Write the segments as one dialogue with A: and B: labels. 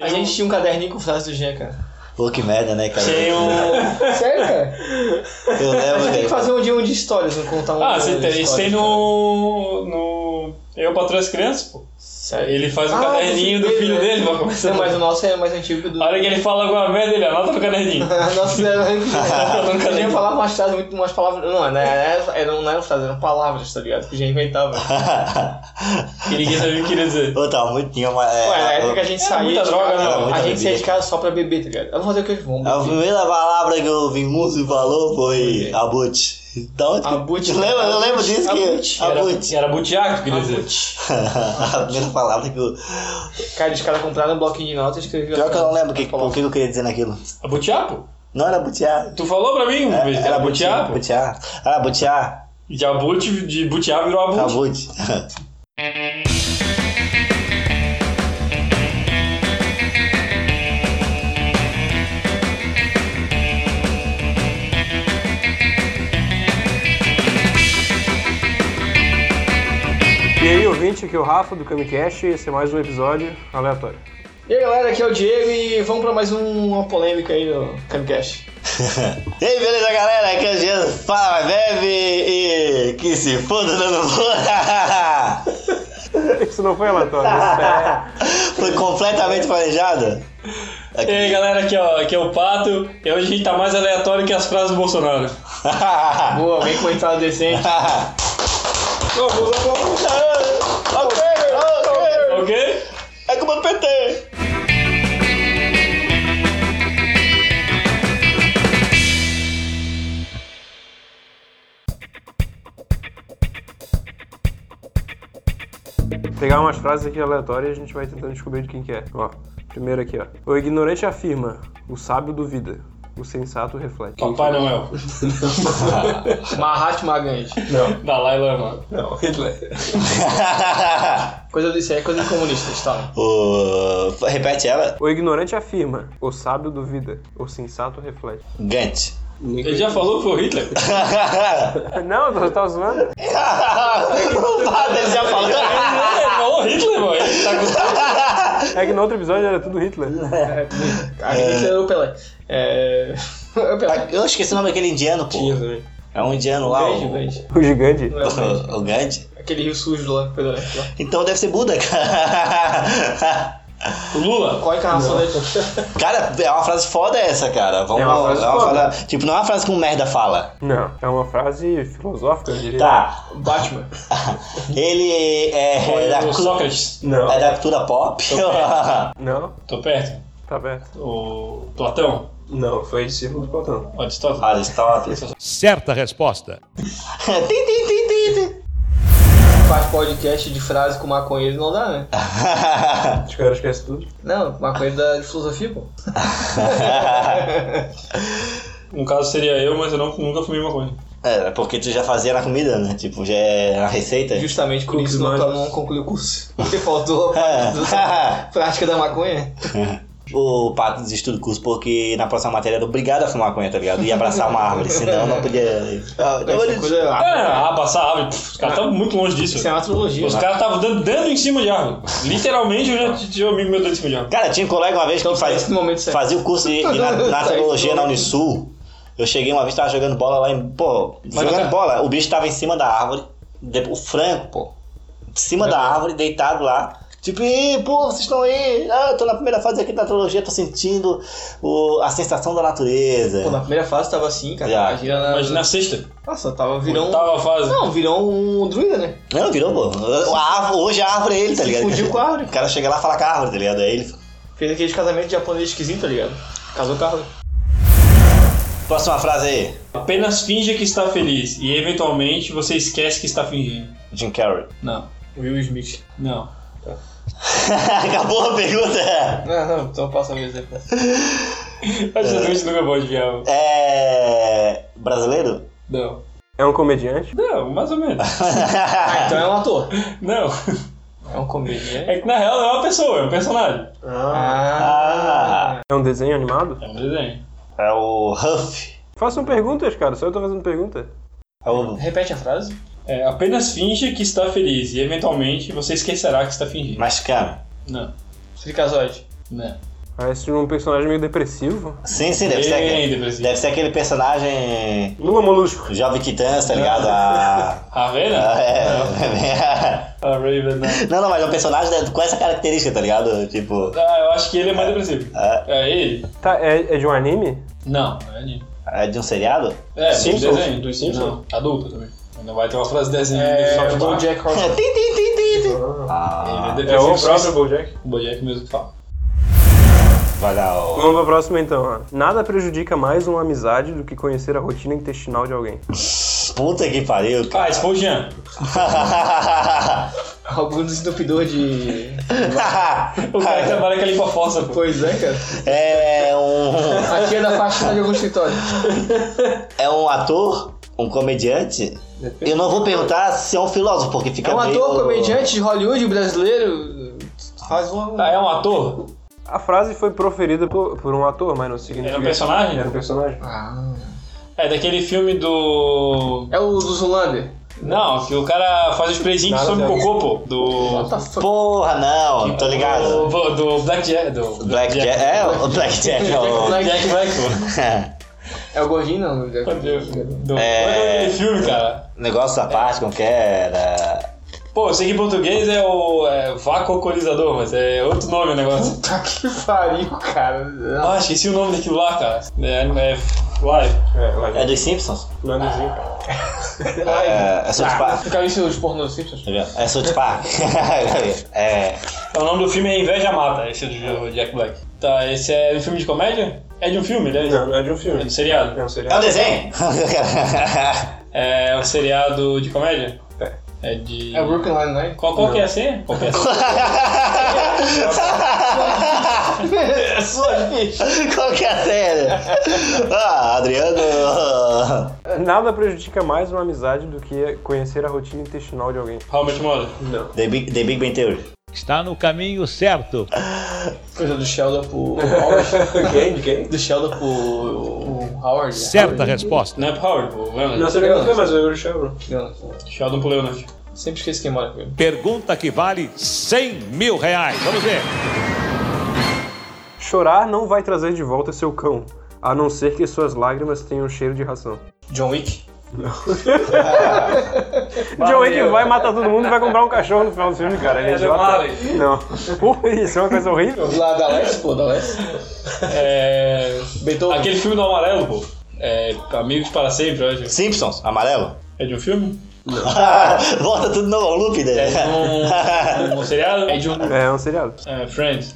A: A gente tinha um caderninho com frase do Jean, cara.
B: Pô, que merda, né, cara?
C: Tem um.
A: Sério, cara?
B: Eu
A: A gente
B: lembro,
A: tem que
B: cara.
A: fazer um dia um de histórias, não contar um
C: Ah,
A: dia
C: você
A: um de
C: tem, isso tem
A: histórias,
C: no. no. Eu pra três crianças, pô.
A: cara.
C: Ele faz o
A: Ah,
C: caderninho do
A: desse
C: filho
A: jeito, né?
C: dele pra começar.
A: Não, mas o nosso é mais antigo que o do.
C: A hora que ele fala alguma merda, ele anota no caderninho.
A: Nossa, né?
C: Nunca
A: Eu ia
C: lembro.
A: falar umas frases, muito umas palavras. Não, né? era- era- não eram frases, eram palavras, tá ligado? Que a gente inventava.
C: Que ninguém sabia o que queria dizer.
B: Pô, tava muito. Tinha uma. é,
A: Ué, na
B: a-
A: época que a gente
C: Era
A: saía.
C: muita
A: de
C: droga,
A: casa,
C: né?
A: A gente
B: Muita
A: saía de
B: bebida.
A: casa só pra beber, tá ligado? Vamos fazer o que eles vão.
B: A
A: beber.
B: primeira palavra que o Vimuso falou foi abut. Então,
A: Abut,
B: eu lembro, eu lembro disso
A: abut,
B: que.
C: Era,
B: Abut.
C: era butiaco, queria dizer.
A: Abut.
B: a primeira palavra que o.
A: Cara, os caras compraram um bloquinho de notas e escreviam.
B: Pior que eu não lembro o que,
A: Palavra.
B: o que eu queria dizer naquilo.
C: A butiapo?
B: Não era butiá.
C: Tu falou pra mim uma vez, era butiapo?
B: Butiá. Ah, butiá.
C: De abut, de butiá virou abut.
B: Abut.
D: E aí, ouvinte, aqui é o Rafa do Camicast. Esse é mais um episódio aleatório.
A: E aí, galera, aqui é o Diego e vamos pra mais um- uma polêmica aí no Camcast.
B: E aí, beleza, galera? Aqui é o Jean Fala, bebe e que se foda, né, não vou.
D: Isso não foi aleatório. isso é-
B: Foi completamente planejado.
C: E aí galera, aqui, ó, aqui é o Pato. E hoje a gente tá mais aleatório que as frases do Bolsonaro.
A: Boa, alguém comentado decente.
B: ok, ok.
C: Ok?
B: É culpa do PT.
D: pegar umas frases aqui aleatórias e a gente vai tentando descobrir de quem que é. Ó, primeiro aqui, ó. O ignorante afirma, o sábio duvida, o sensato reflete.
C: Papai Noel.
A: Mahatma Gandhi.
C: Dalai Lama.
D: Não, Hitler.
A: Coisa disso aí é coisa de comunista, tá?
B: o... Repete ela.
D: O ignorante afirma, o sábio duvida, o sensato reflete.
B: Gant.
C: Ele já falou que foi o Hitler?
D: Não, tu tava zoando?
B: o padre já falou.
C: Ele falou Hitler, mano. é Ele tá com...
D: É que no outro episódio era tudo Hitler.
A: A gente é o Pelé. É. É o Pelé.
B: Eu esqueci o nome daquele indiano, pô. É um indiano lá,
A: Gandhi,
B: o...
A: Gandhi.
D: O gigante.
A: Não é o Gandhi.
B: O Gandhi?
A: Aquele rio sujo lá, coisa lá.
B: Então deve ser Buda, cara.
C: O Lula.
A: Qual é a encarnação dele?
B: Cara, é uma frase foda essa, cara. Vamos,
D: É uma frase foda.
B: frase- Tipo, não é uma frase que um merda fala.
D: Não, é uma frase filosófica, eu diria.
B: Tá.
A: Batman.
B: Ele é.
C: Foi
B: da
C: o Sócrates.
D: Não.
B: é da cultura pop.
D: Não?
C: Tô perto.
D: Tá perto.
C: O Platão.
D: Não, foi discípulo do Platão.
C: O Aristóteles.
B: Aristóteles.
E: Certa resposta.
B: Tim, tim, tim, tim, tim.
A: Faz podcast de frase com maconheiro não dá, né?
D: Os caras esquecem tudo.
A: Não, maconheiro da de filosofia, pô.
C: No caso seria eu, mas eu não, nunca fumei maconha.
B: É, porque tu já fazia na comida, né? Tipo, já é na receita.
A: Justamente por
D: Cookies
A: isso não, pra
D: mágicos.
A: não concluir o curso. Porque faltou a parte do-
B: É.
A: prática da maconha.
B: o Pato desistiu do curso porque na próxima matéria era obrigado a fumar maconha, tá ligado? E abraçar uma árvore, senão não podia. Ah, então
A: Essa
B: ele-
A: coisa,
C: É,
A: ah,
C: ah, passar árvore. Pff, Os caras estão muito longe disso.
A: isso é uma trilogia.
C: Os caras estavam dando, dando em cima de árvore. Literalmente, eu já tinha um amigo meu dando em cima de
A: é-
C: árvore.
B: Cara, tinha um colega uma vez que
A: Então,
B: fazia,
A: esse momento sério.
B: fazia o curso de, de na- natologia na Unisul. Eu cheguei uma vez, tava jogando bola lá em. Pô, jogando
C: cara.
B: bola, o bicho tava em cima da árvore. de- o Franco, pô. Em cima da árvore, deitado lá. Tipo, "Ih, pô, vocês estão aí. Ah, eu tô na primeira fase aqui da natologia, tô sentindo o- a sensação da natureza.
A: Pô, na primeira fase tava assim, cara.
B: Já. tá-
A: Imagina na...
C: Mas na sexta,
A: Nossa, tava virou um...
C: oitava fase.
A: Não, virou um druida, né?
B: Não, virou, pô. A árvore- hoje a árvore é ele, tá ligado?
A: Fugiu com a árvore.
B: O cara chega lá e fala com a árvore, tá ligado? É ele.
A: Fez aquele casamento japonês esquisito, tá ligado? Casou Carlos.
B: Próxima frase aí,
C: Apenas finja que está feliz e eventualmente você esquece que está fingindo.
B: Jim Carrey.
C: Não,
A: Will Smith.
C: não.
B: Acabou a pergunta.
A: Não, não, então passa a vez depois. É.
C: Mas Jesus nunca pode viajar.
B: É. Brasileiro?
C: Não.
D: É um comediante?
C: Não, mais ou menos.
A: Ah, então é um ator.
C: Não.
A: É um comediante.
C: É que na real não é uma pessoa, é um personagem.
A: Ah,
B: Ah,
D: É um desenho animado?
C: É um desenho.
B: é o Huff.
D: Façam perguntas, cara. Só eu tô fazendo pergunta.
B: É o...
A: Repete a frase.
C: É, apenas finja que está feliz e eventualmente você esquecerá que está fingindo.
B: Mas, cara,
C: Não, né?
A: Fricazoide.
C: não.
D: Parece um personagem meio depressivo.
B: Sim, sim, deve ser,
C: Bem
B: aquele,
C: depressivo.
B: deve ser aquele personagem
D: Lula Molusco.
B: Jovem Titãs, tá ligado? A...
C: A
D: Ah,
C: Rena?
D: é.
B: É.
C: A Raven, tá não.
B: Não, não, mas é um personagem né, com essa característica, tá ligado? Tipo.
C: Ah, eu acho que ele é mais depressivo.
D: Ah.
B: É.
C: É ele?
D: Tá, é, é de um anime?
C: Não, não é ele.
B: É de um seriado?
C: É,
A: Simpsons?
C: do desenho.
A: Dos Simpsons?
C: Não, adulto também. Ainda vai ter uma frase desenho.
A: É,
C: do
A: o
C: South Park.
A: Bojack Horseman.
B: Tim, tim, tim, tim, tim.
C: Ele
B: Ah,
D: É o
C: depressivo,
D: próprio Bojack.
C: O Bojack mesmo que fala.
B: vai dar o.
D: Vamos pra próxima então. ó. Nada prejudica mais uma amizade do que conhecer a rotina intestinal de alguém.
B: Puta que pariu,
C: Ah, esse foi o Jean.
B: cara.
A: Algum desentupidor de...
C: O cara tá que trabalha com a limpa fossa, pô.
A: Pois é, cara.
B: é um.
A: Aqui é da faxina de algum escritório.
B: É um ator, um comediante. Eu não vou perguntar se é um filósofo, porque fica
A: É um
B: meio-
A: ator, comediante de Hollywood brasileiro. Faz uma.
C: Ah, é um ator?
D: A frase foi proferida por, por um ator, mas não significa.
C: Era um personagem?
D: Era um personagem.
A: Ah.
C: É daquele filme do.
A: É o do Zulander.
C: Não, que o cara faz o sprayzinho que
D: Nada
C: some
D: a ver. Tá
C: cocô, pô. Do.
A: What the fuck?
B: Porra, não,
A: Tipo,
B: tô ligado.
C: Do, do Black Jack. Do
B: Black Jack. É, o Black Jack. é o-
A: Black-
C: Jack Black, pô.
A: É o gordinho, não.
C: Do...
B: É.
C: É... aquele filme, cara.
B: Negócio à parte, como que é? era?
C: Pô, eu sei que em português é o. É, vacocolizador, mas é outro nome o negócio.
A: Puta Tá que pariu, cara. Não.
C: Ah, esqueci o nome daquilo lá, cara. É, é live.
D: É, lá
B: É dos Simpsons?
D: no anozinho, cara.
B: É, é
A: Ah,
B: South Park.
A: Fica isso os pornôs Simpsons.
B: Tá ligado? É South Park. é.
C: O nome do filme é Inveja Mata, esse é do Jack Black. Tá, esse é um filme de comédia? É de um filme, né?
D: Não, é de um
C: É
D: filme.
C: do seriado.
D: É um
B: É um
D: seriado.
B: desenho?
C: É um seriado de comédia?
D: É.
C: É de.
A: É o Brooklyn Nine-Nine.
C: Qual, qual que é a senha? Qual que é a senha?
A: É sua, bicho.
B: Qual que é a série? Ah, Adriano.
D: É, Nada prejudica mais uma amizade do que conhecer a rotina intestinal de alguém.
C: How Much Mother.
D: Não.
B: The Big, The Big Bang Theory.
E: Está no caminho certo.
A: Coisa do Sheldon pro Howard.
D: Quem? De quem?
A: Do Sheldon pro pro Howard.
E: Certa resposta.
C: Não é Power, pô.
D: Não,
C: Leonard.
D: você não foi, é, mas eu lembro do
A: Não,
C: Sheldon pro Leonard.
A: Sempre esqueço quem mora com ele.
E: Pergunta que vale 100 mil reais. Vamos ver.
D: Chorar não vai trazer de volta seu cão, a não ser que suas lágrimas tenham cheiro de ração.
A: John Wick.
D: John Wick vai matar todo mundo e vai comprar um cachorro no final do filme, cara. Ele é idiota. Não. Pô, isso é uma coisa horrível.
A: Lá da Leste, pô, da Leste.
C: É.
A: Beethoven.
C: Aquele filme do Amarelo, pô. É, Amigos para Sempre, eu acho.
B: Simpsons, amarelo.
C: É de um filme?
B: Volta tudo no loop, né?
C: É de um, um seriado? É de um.
D: É um seriado.
C: É, Friends.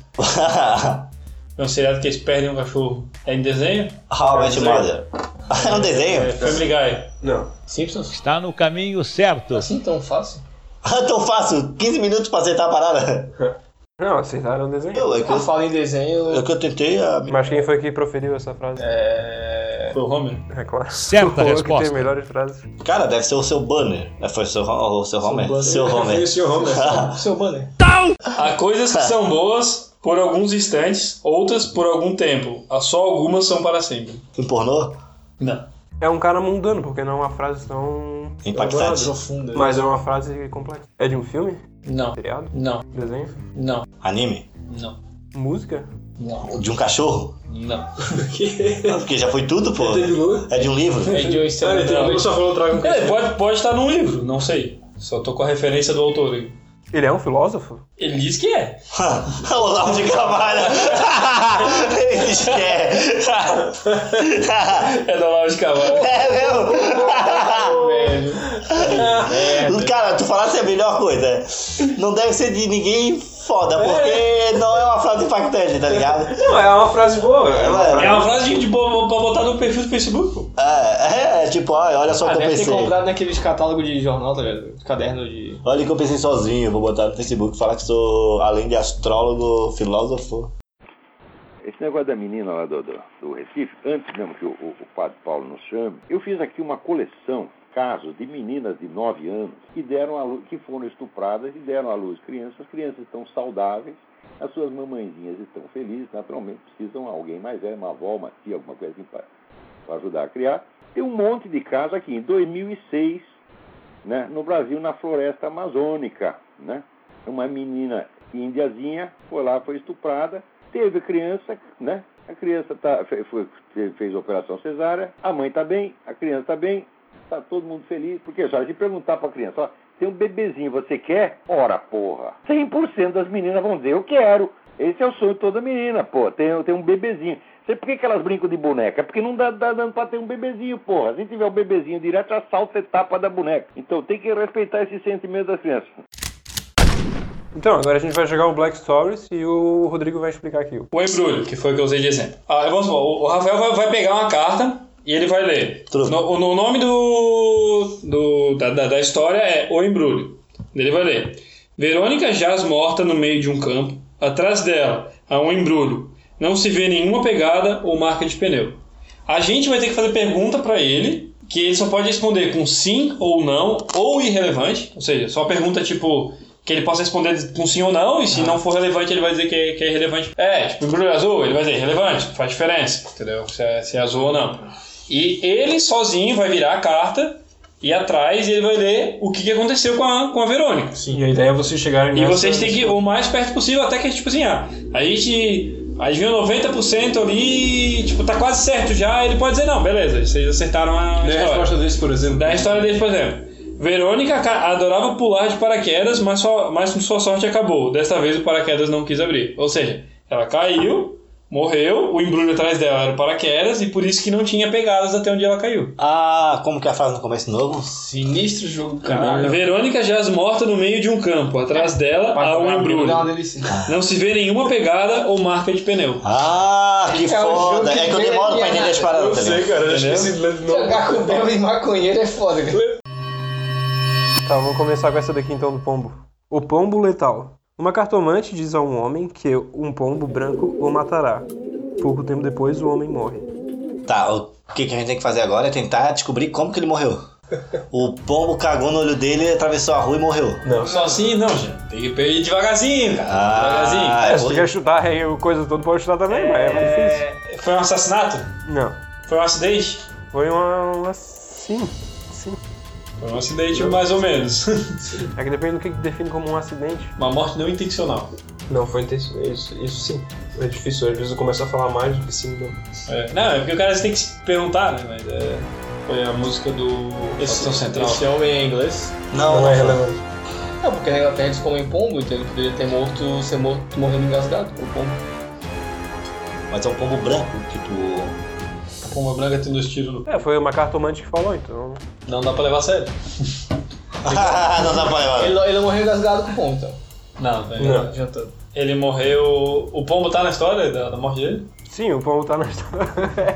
C: É um seriado que eles perdem um cachorro. É em desenho?
B: How I Met Your Mother. É um
C: É
B: desenho?
C: Family Guy.
D: Não.
A: Simpsons?
E: Está no caminho certo.
A: Assim tão fácil?
B: Tão fácil, 15 minutos pra acertar a parada.
D: Não, acertaram um desenho.
B: Eu, é que
A: Eu
B: eu,
A: falo em desenho.
B: é que eu tentei a.
D: Mas quem foi que proferiu essa frase? É,
A: É.
C: Foi o Homer.
D: claro.
E: Certa
D: O outro
E: resposta.
D: tem melhores frases.
B: Cara, deve ser o seu banner. É, Foi o seu, Ho- o seu Homer? Seu Homer.
A: Seu Homer. Seu banner.
C: Há coisas que são boas por alguns instantes, outras por algum tempo. Há só algumas são para sempre.
B: Em pornô?
C: Não.
D: É um cara mundano, porque não é uma frase tão...
B: Impactante.
A: Profunda.
D: Mas é uma frase complexa. É de um filme?
C: Não.
D: Seriado?
C: Não.
D: Desenho?
C: Não.
B: Anime?
C: Não.
D: Música?
C: Não.
B: De um cachorro?
C: Não.
B: Ah, Porque já foi tudo, pô.
D: Lula?
B: É de um livro?
A: É de um
D: Ah,
A: extremo.
D: Lula só falou traga um
C: É, pode, pode estar num livro, não sei. Só tô com a referência do autor aí.
D: Ele é um filósofo?
C: Ele diz que é.
B: Olavo de Carvalho. Ele quer.
C: É da Laura de Cavalho.
B: É mesmo?
A: Velho. É,
B: Cara, tu falasse a melhor coisa. Não deve ser de ninguém
A: É.
B: foda, porque não é uma frase impactante, tá ligado?
D: Não, é uma frase boa.
B: É,
C: É uma frase de, de boa pra botar no perfil do Facebook, pô.
B: é, é, tipo, ó, olha só o
A: Ah,
B: que eu
A: deve ter
B: pensei.
A: comprado naqueles catálogos de jornal, tá ligado? Caderno de.
B: Olha o que eu pensei sozinho, vou botar no Facebook, falar que sou, além de astrólogo, filósofo.
F: Esse negócio da menina lá do, do, do Recife, antes mesmo que o, o- o padre Paulo nos chame, eu fiz aqui uma coleção, casos de meninas de 9 anos que, deram à luz, que foram estupradas e deram à luz crianças. As crianças estão saudáveis, as suas mamãezinhas estão felizes, naturalmente precisam de alguém mais velho, uma avó, uma tia, alguma coisa assim para ajudar a criar. Tem um monte de casos aqui. Em 2006, né, no Brasil, na floresta amazônica, né, uma menina indiazinha foi lá, foi estuprada Teve criança, né? A criança tá, fe- foi- fe- fez a operação cesárea, a mãe está bem, a criança está bem, está todo mundo feliz. Porque já de perguntar para a criança, ó, tem um bebezinho, você quer? Ora, porra, 100% das meninas vão dizer, eu quero. Esse é o sonho de toda menina, pô, tem, tem um bebezinho. Sei por que, que elas brincam de boneca? É Porque não dá, dá dando pra ter um bebezinho, porra. Se tiver um bebezinho direto, assalta a etapa da boneca. Então tem que respeitar esse sentimento das crianças.
D: Então, agora a gente vai jogar o Black Stories e o Rodrigo vai explicar aqui.
C: O embrulho, que foi o que eu usei de exemplo. Ah, vamos supor, o Rafael vai, vai pegar uma carta e ele vai ler.
B: Tudo.
C: No- O, o nome do, do- da, da- da história é O Embrulho. Ele vai ler. Verônica jaz morta no meio de um campo. Atrás dela há um embrulho. Não se vê nenhuma pegada ou marca de pneu. A gente vai ter que fazer pergunta pra ele, que ele só pode responder com sim ou não, ou irrelevante. Ou seja, só pergunta tipo. Que ele possa responder com sim ou não, e se não for relevante, ele vai dizer que é, que é irrelevante. É, tipo, embrulho azul, ele vai dizer irrelevante, faz diferença, entendeu? Se é, se é azul ou não. E ele sozinho vai virar a carta, e atrás ele vai ler o que, que aconteceu com a, com a Verônica.
D: Sim. E a ideia é vocês chegarem
C: E
D: nessa-
C: vocês têm que ir o mais perto possível até que, tipo assim, ah, a gente adivinhou 90% ali, tipo, tá quase certo já, ele pode dizer, não, beleza, vocês acertaram a
G: Daí a
C: história.
G: resposta desse, por exemplo.
C: Da história dele, por exemplo. Verônica ca- adorava pular de paraquedas, mas, só, mas com sua sorte acabou. Desta vez o paraquedas não quis abrir. Ou seja, ela caiu, morreu, o embrulho atrás dela era o paraquedas e por isso que não tinha pegadas até onde ela caiu.
B: Ah, como que é a frase no começo de novo?
G: Sinistro jogo do caralho.
C: Verônica jaz morta no meio de um campo. Atrás dela há um
G: Dá uma
C: embrulho.
G: delícia.
C: Não se vê nenhuma pegada ou marca de pneu.
B: Ah, que
A: É o jogo
B: foda. É que eu
A: que
B: demoro pra
A: ganha
B: entender as
A: nada.
B: paradas. tá ligado?
D: cara, eu esqueci de ler de
A: Jogar com belo e maconheiro é foda, cara.
D: Tá, vamos começar com essa daqui então do pombo. O pombo letal. Uma cartomante diz a um homem que um pombo branco o matará. Pouco tempo depois o homem morre.
B: Tá, o que, que a gente tem que fazer agora é tentar descobrir como que ele morreu. O pombo cagou no olho dele, atravessou a rua e morreu.
C: Só assim, não, gente. Tem que ir devagarzinho, cara.
B: Ah,
D: É,
B: eu
D: se
B: vou-
D: tu quer chutar aí o coisa toda, pode chutar também, mas é mais difícil.
C: Devagarzinho. Foi um assassinato?
D: Não.
C: Foi um acidente?
D: Foi uma, um uma. Sim. Sim.
C: Foi um acidente mais ou menos.
D: É que depende do que que define como um acidente.
C: Uma morte não intencional.
D: Não, foi intencional. Isso, isso sim. É difícil, às vezes eu começo a falar mais do que sim, não.
C: É. Não, é porque o cara tem que se perguntar, né? Mas é. Foi a música do Estação Central.
G: Esse homem é inglês.
B: Não, não, foi.
D: é relevante.
A: Não, porque na Inglaterra eles comem pombo, então ele poderia ter morto, ser morto morrendo engasgado por pombo.
B: Mas é um pombo branco, tipo.
C: Com uma branca tendo os tiros no.
D: É, foi uma cartomante que falou, então.
C: Não dá pra levar a sério.
B: não dá pra
A: Ele,
B: levar.
A: não- ele não morreu engasgado com pombo, então.
C: Não, velho.
D: Não.
A: Adiantando.
C: Ele morreu. O pombo tá na história da, da morte dele?
D: Sim, o pombo tá na história.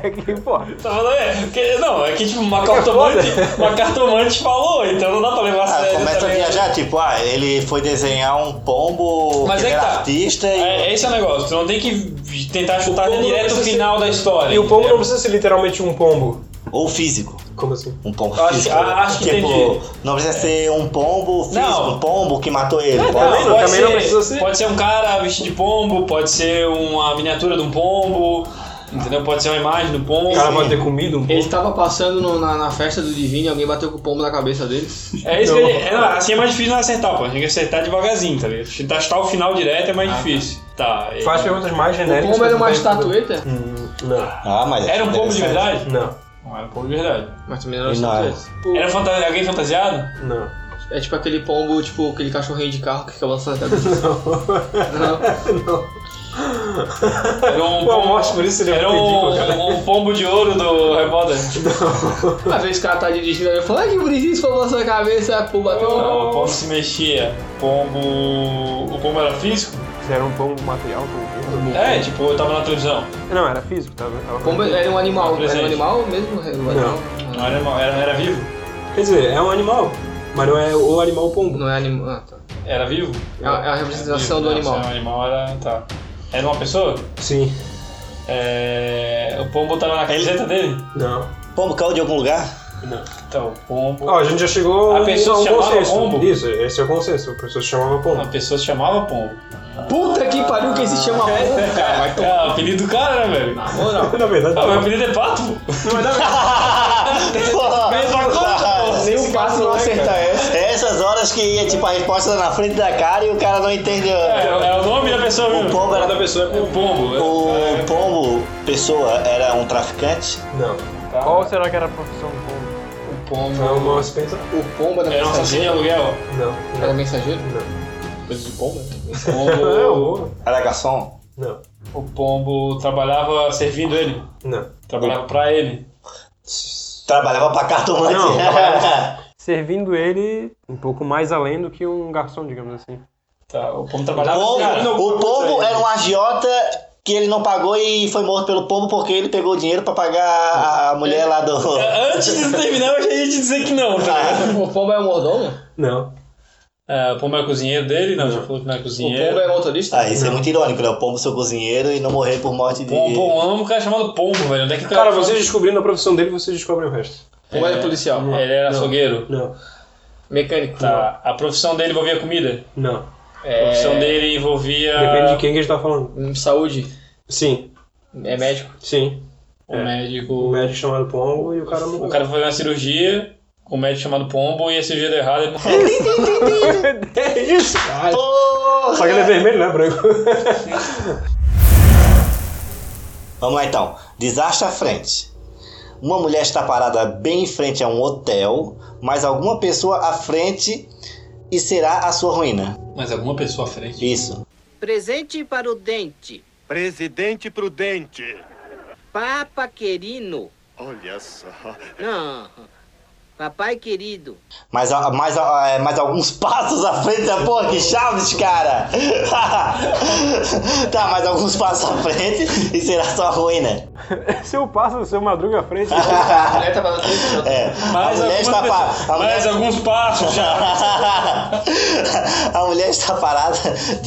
D: É que, pô.
C: Tá falando, é. porque- não, é que tipo, uma
D: que é
C: cartomante. Uma cartomante falou, então não dá pra levar a
B: Ah,
C: sério.
B: começa a
C: também.
B: viajar, tipo, ah, ele foi desenhar um pombo
C: Mas
B: que
C: é que
B: era
C: tá.
B: artista e.
C: É, esse é o negócio, tu não tem que vi- tentar chutar
D: pombo
C: direto
D: não
C: o
D: precisa
C: final da história.
D: E o pombo não
C: entendeu?
D: precisa ser literalmente um pombo.
B: Ou físico.
D: Como assim?
B: Um pombo
C: Eu acho-
B: físico.
C: ah, acho que
B: tipo,
C: entendi. É.
B: não precisa ser um pombo físico,
C: Não. É,
B: um pombo que matou ele.
C: Não,
B: Pode
C: pode
B: ser.
D: também não precisa ser.
C: Pode ser um cara vestido de pombo, pode ser uma miniatura de um pombo, entendeu? Pode ser uma imagem do pombo.
D: O cara pode ter comido um pombo.
A: Ele tava passando no- na, na festa do Divino e alguém bateu com o pombo na cabeça dele.
C: É isso que ele, é, não, assim é mais difícil não acertar, pô. Tem que acertar devagarzinho, tá ligado? Tentar chutar o final direto é mais difícil. Tá. é-
D: Ah, Faz perguntas mais
A: O
D: genéricas.
A: pombo era
D: que
A: uma
C: Tipo,
A: é
D: tu vai responder.
A: estatueta?
D: Hum, Não,
B: Ah, mas é
C: Era um pombo de
B: interessante.
C: verdade?
D: não,
C: Não, era um pombo de verdade.
A: Mas também não era
B: Não.
A: uma estatueta.
C: Era fanta- alguém fantasiado?
D: não.
A: É tipo aquele pombo, tipo aquele cachorrinho de carro que fica balançando a cabeça. Não.
C: Era um
D: Pô,
C: pombo.
D: mostra, por isso ele é
C: era
D: um
C: um,
D: ridículo, cara.
C: um pombo de ouro do Tipo, Revolver.
A: Às vezes o cara tá dirigindo e fala, ai que bonitinho esse pombo balançando a cabeça, pô, bateu
C: Não, o pombo se mexia. Pombo. O pombo era físico?
D: Era um pombo material? como que
C: É, tipo, eu tava na televisão.
D: é? Não, era físico, tava. tava-
A: Pombo era um animal, era
C: Presente.
A: um animal mesmo? Era um animal?
C: Não era, animal, era, era vivo?
D: Quer dizer, é um animal, mas não é o animal pombo.
A: Não é animal. Ah, tá.
C: Era vivo?
A: É a, é a representação do
C: Não, se
A: animal.
C: Era um animal, era. Tá. Era uma pessoa?
D: Sim.
C: É... O pombo tava na camiseta dele?
D: Não.
B: Pombo caiu de algum lugar?
C: Então, o pombo.
D: Ó, a gente já chegou
C: A pessoa
D: a um
C: se chamava
D: consenso.
C: pombo?
D: Isso, esse é o consenso. A pessoa se chamava pombo.
C: A pessoa se chamava pombo.
A: Puta que pariu que se chama pombo, cara. Vai tomar.
C: É, o apelido do cara, né, velho? Ah,
A: Ou não.
D: Na verdade,
C: meu apelido é pato?
B: Pô,
C: Mesma coisa, pô.
A: Nem o
B: fácil Ah, não
A: né,
B: acertar
A: cara?
B: essa. Essas horas que tipo, a resposta tá na frente da cara e o cara não entendeu.
C: É, é o nome da pessoa mesmo.
B: pombo era-
C: nome da pessoa é o pombo. é.
B: O Pombo, pessoa, era um traficante?
D: Não.
C: Tá.
D: Qual será que era a profissão do pombo?
A: O pombo.
D: Não, não se pensa.
A: O pombo era
C: Era um assassino de
A: mensageiro.
C: aluguel.
D: Não.
A: Era
C: É.
A: mensageiro? Coisa de pombo, né? O pombo,
B: Era garçom?
D: Não.
C: O pombo trabalhava servindo ele.
D: Não.
C: Trabalhava pra ele.
B: Trabalhava pra cartomante.
D: Não, trabalhava- Servindo ele um pouco mais além do que um garçom, digamos assim.
C: Tá, o pombo
B: O
C: trabalhava
B: pombo-
C: Cara, não,
B: o Pombo era um agiota que ele não pagou e foi morto pelo Pombo porque ele pegou o dinheiro pra pagar a mulher lá do...
C: Antes de terminar, eu já ia te dizer que não, tá?
A: o pombo é o mordomo?
D: Não.
C: Ah, o pombo é cozinheiro dele? Não, já falou que não é
A: O pombo
C: cozinheiro.
A: é motorista?
B: Ah, isso é muito irônico, né? O Pombo seu cozinheiro e não morrer por morte de...
C: Pombo, pombo, amo um cara chamado Pombo, velho. Onde é que o
D: Cara, vocês descobrindo a profissão dele, vocês descobrem o resto.
A: O pombo é policial?
C: Ele era açougueiro.
D: Não.
A: Mecânico?
C: Tá. A profissão dele envolvia comida?
D: Não.
C: A profissão dele envolvia.
D: É. Depende de quem que a gente tá falando.
A: Hum, Saúde?
D: Sim.
A: É médico? Um
D: Sim.
C: O
D: É.
C: médico.
D: O médico chamado Pombo e o cara
C: O
D: morreu.
C: cara foi fazer uma cirurgia com um médico chamado Pombo e a cirurgia deu errado e ele morreu.
D: é isso, cara. Só
B: Porra!
D: que ele é vermelho, né, branco?
B: Vamos lá então. Desastre à frente. Uma mulher está parada bem em frente a um hotel, mas alguma pessoa à frente e será a sua ruína.
C: Mas alguma pessoa à frente.
B: Isso.
H: Presente para o dente.
I: Presidente Prudente.
H: Papa querido.
I: Olha só.
H: Não. Papai querido.
B: Mas, a- mas, a- é, mas alguns passos à frente da porra, que chaves, cara! tá, mas alguns passos à frente e será né? a sua ruína.
D: Se eu passo o seu madruga à frente.
A: A mulher tava na frente, não.
B: É,
C: Mais,
B: a mulher
C: algumas
B: está
C: pessoas-
B: parada.
C: mais alguns passos já.
B: a mulher está parada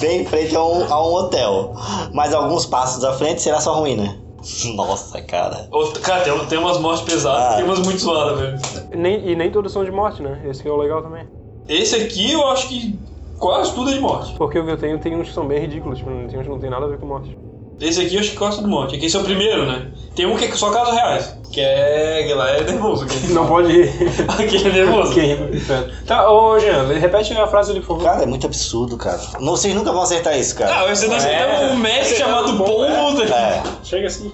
B: bem em frente a um, a um hotel, mas alguns passos à frente será sua ruína. Nossa, cara.
C: Ô, Cara, tem, tem umas mortes pesadas,
B: Ah.
C: tem umas muito zoadas, velho.
D: Nem, e nem todos são de morte, né? Esse que é o legal também.
C: Esse aqui eu acho que quase tudo é de morte.
D: Porque o que eu tenho tem uns que são bem ridículos, tipo, tem uns que não tem nada a ver com morte.
C: Esse aqui eu acho que quase tudo de morte. Aqui Esse é o primeiro, né? Tem um que é só casos reais. Que é. que lá é nervoso. aquele-
D: Não pode rir.
C: Aquele é nervoso.
D: Quem ri, inferno. Tá, ô Jean, repete a frase ali, por favor.
B: Cara, é muito absurdo, cara. Não, vocês nunca vão acertar isso, cara.
C: Ah, você não aceita um mestre chamado Pombo.
B: É.
C: Chega assim.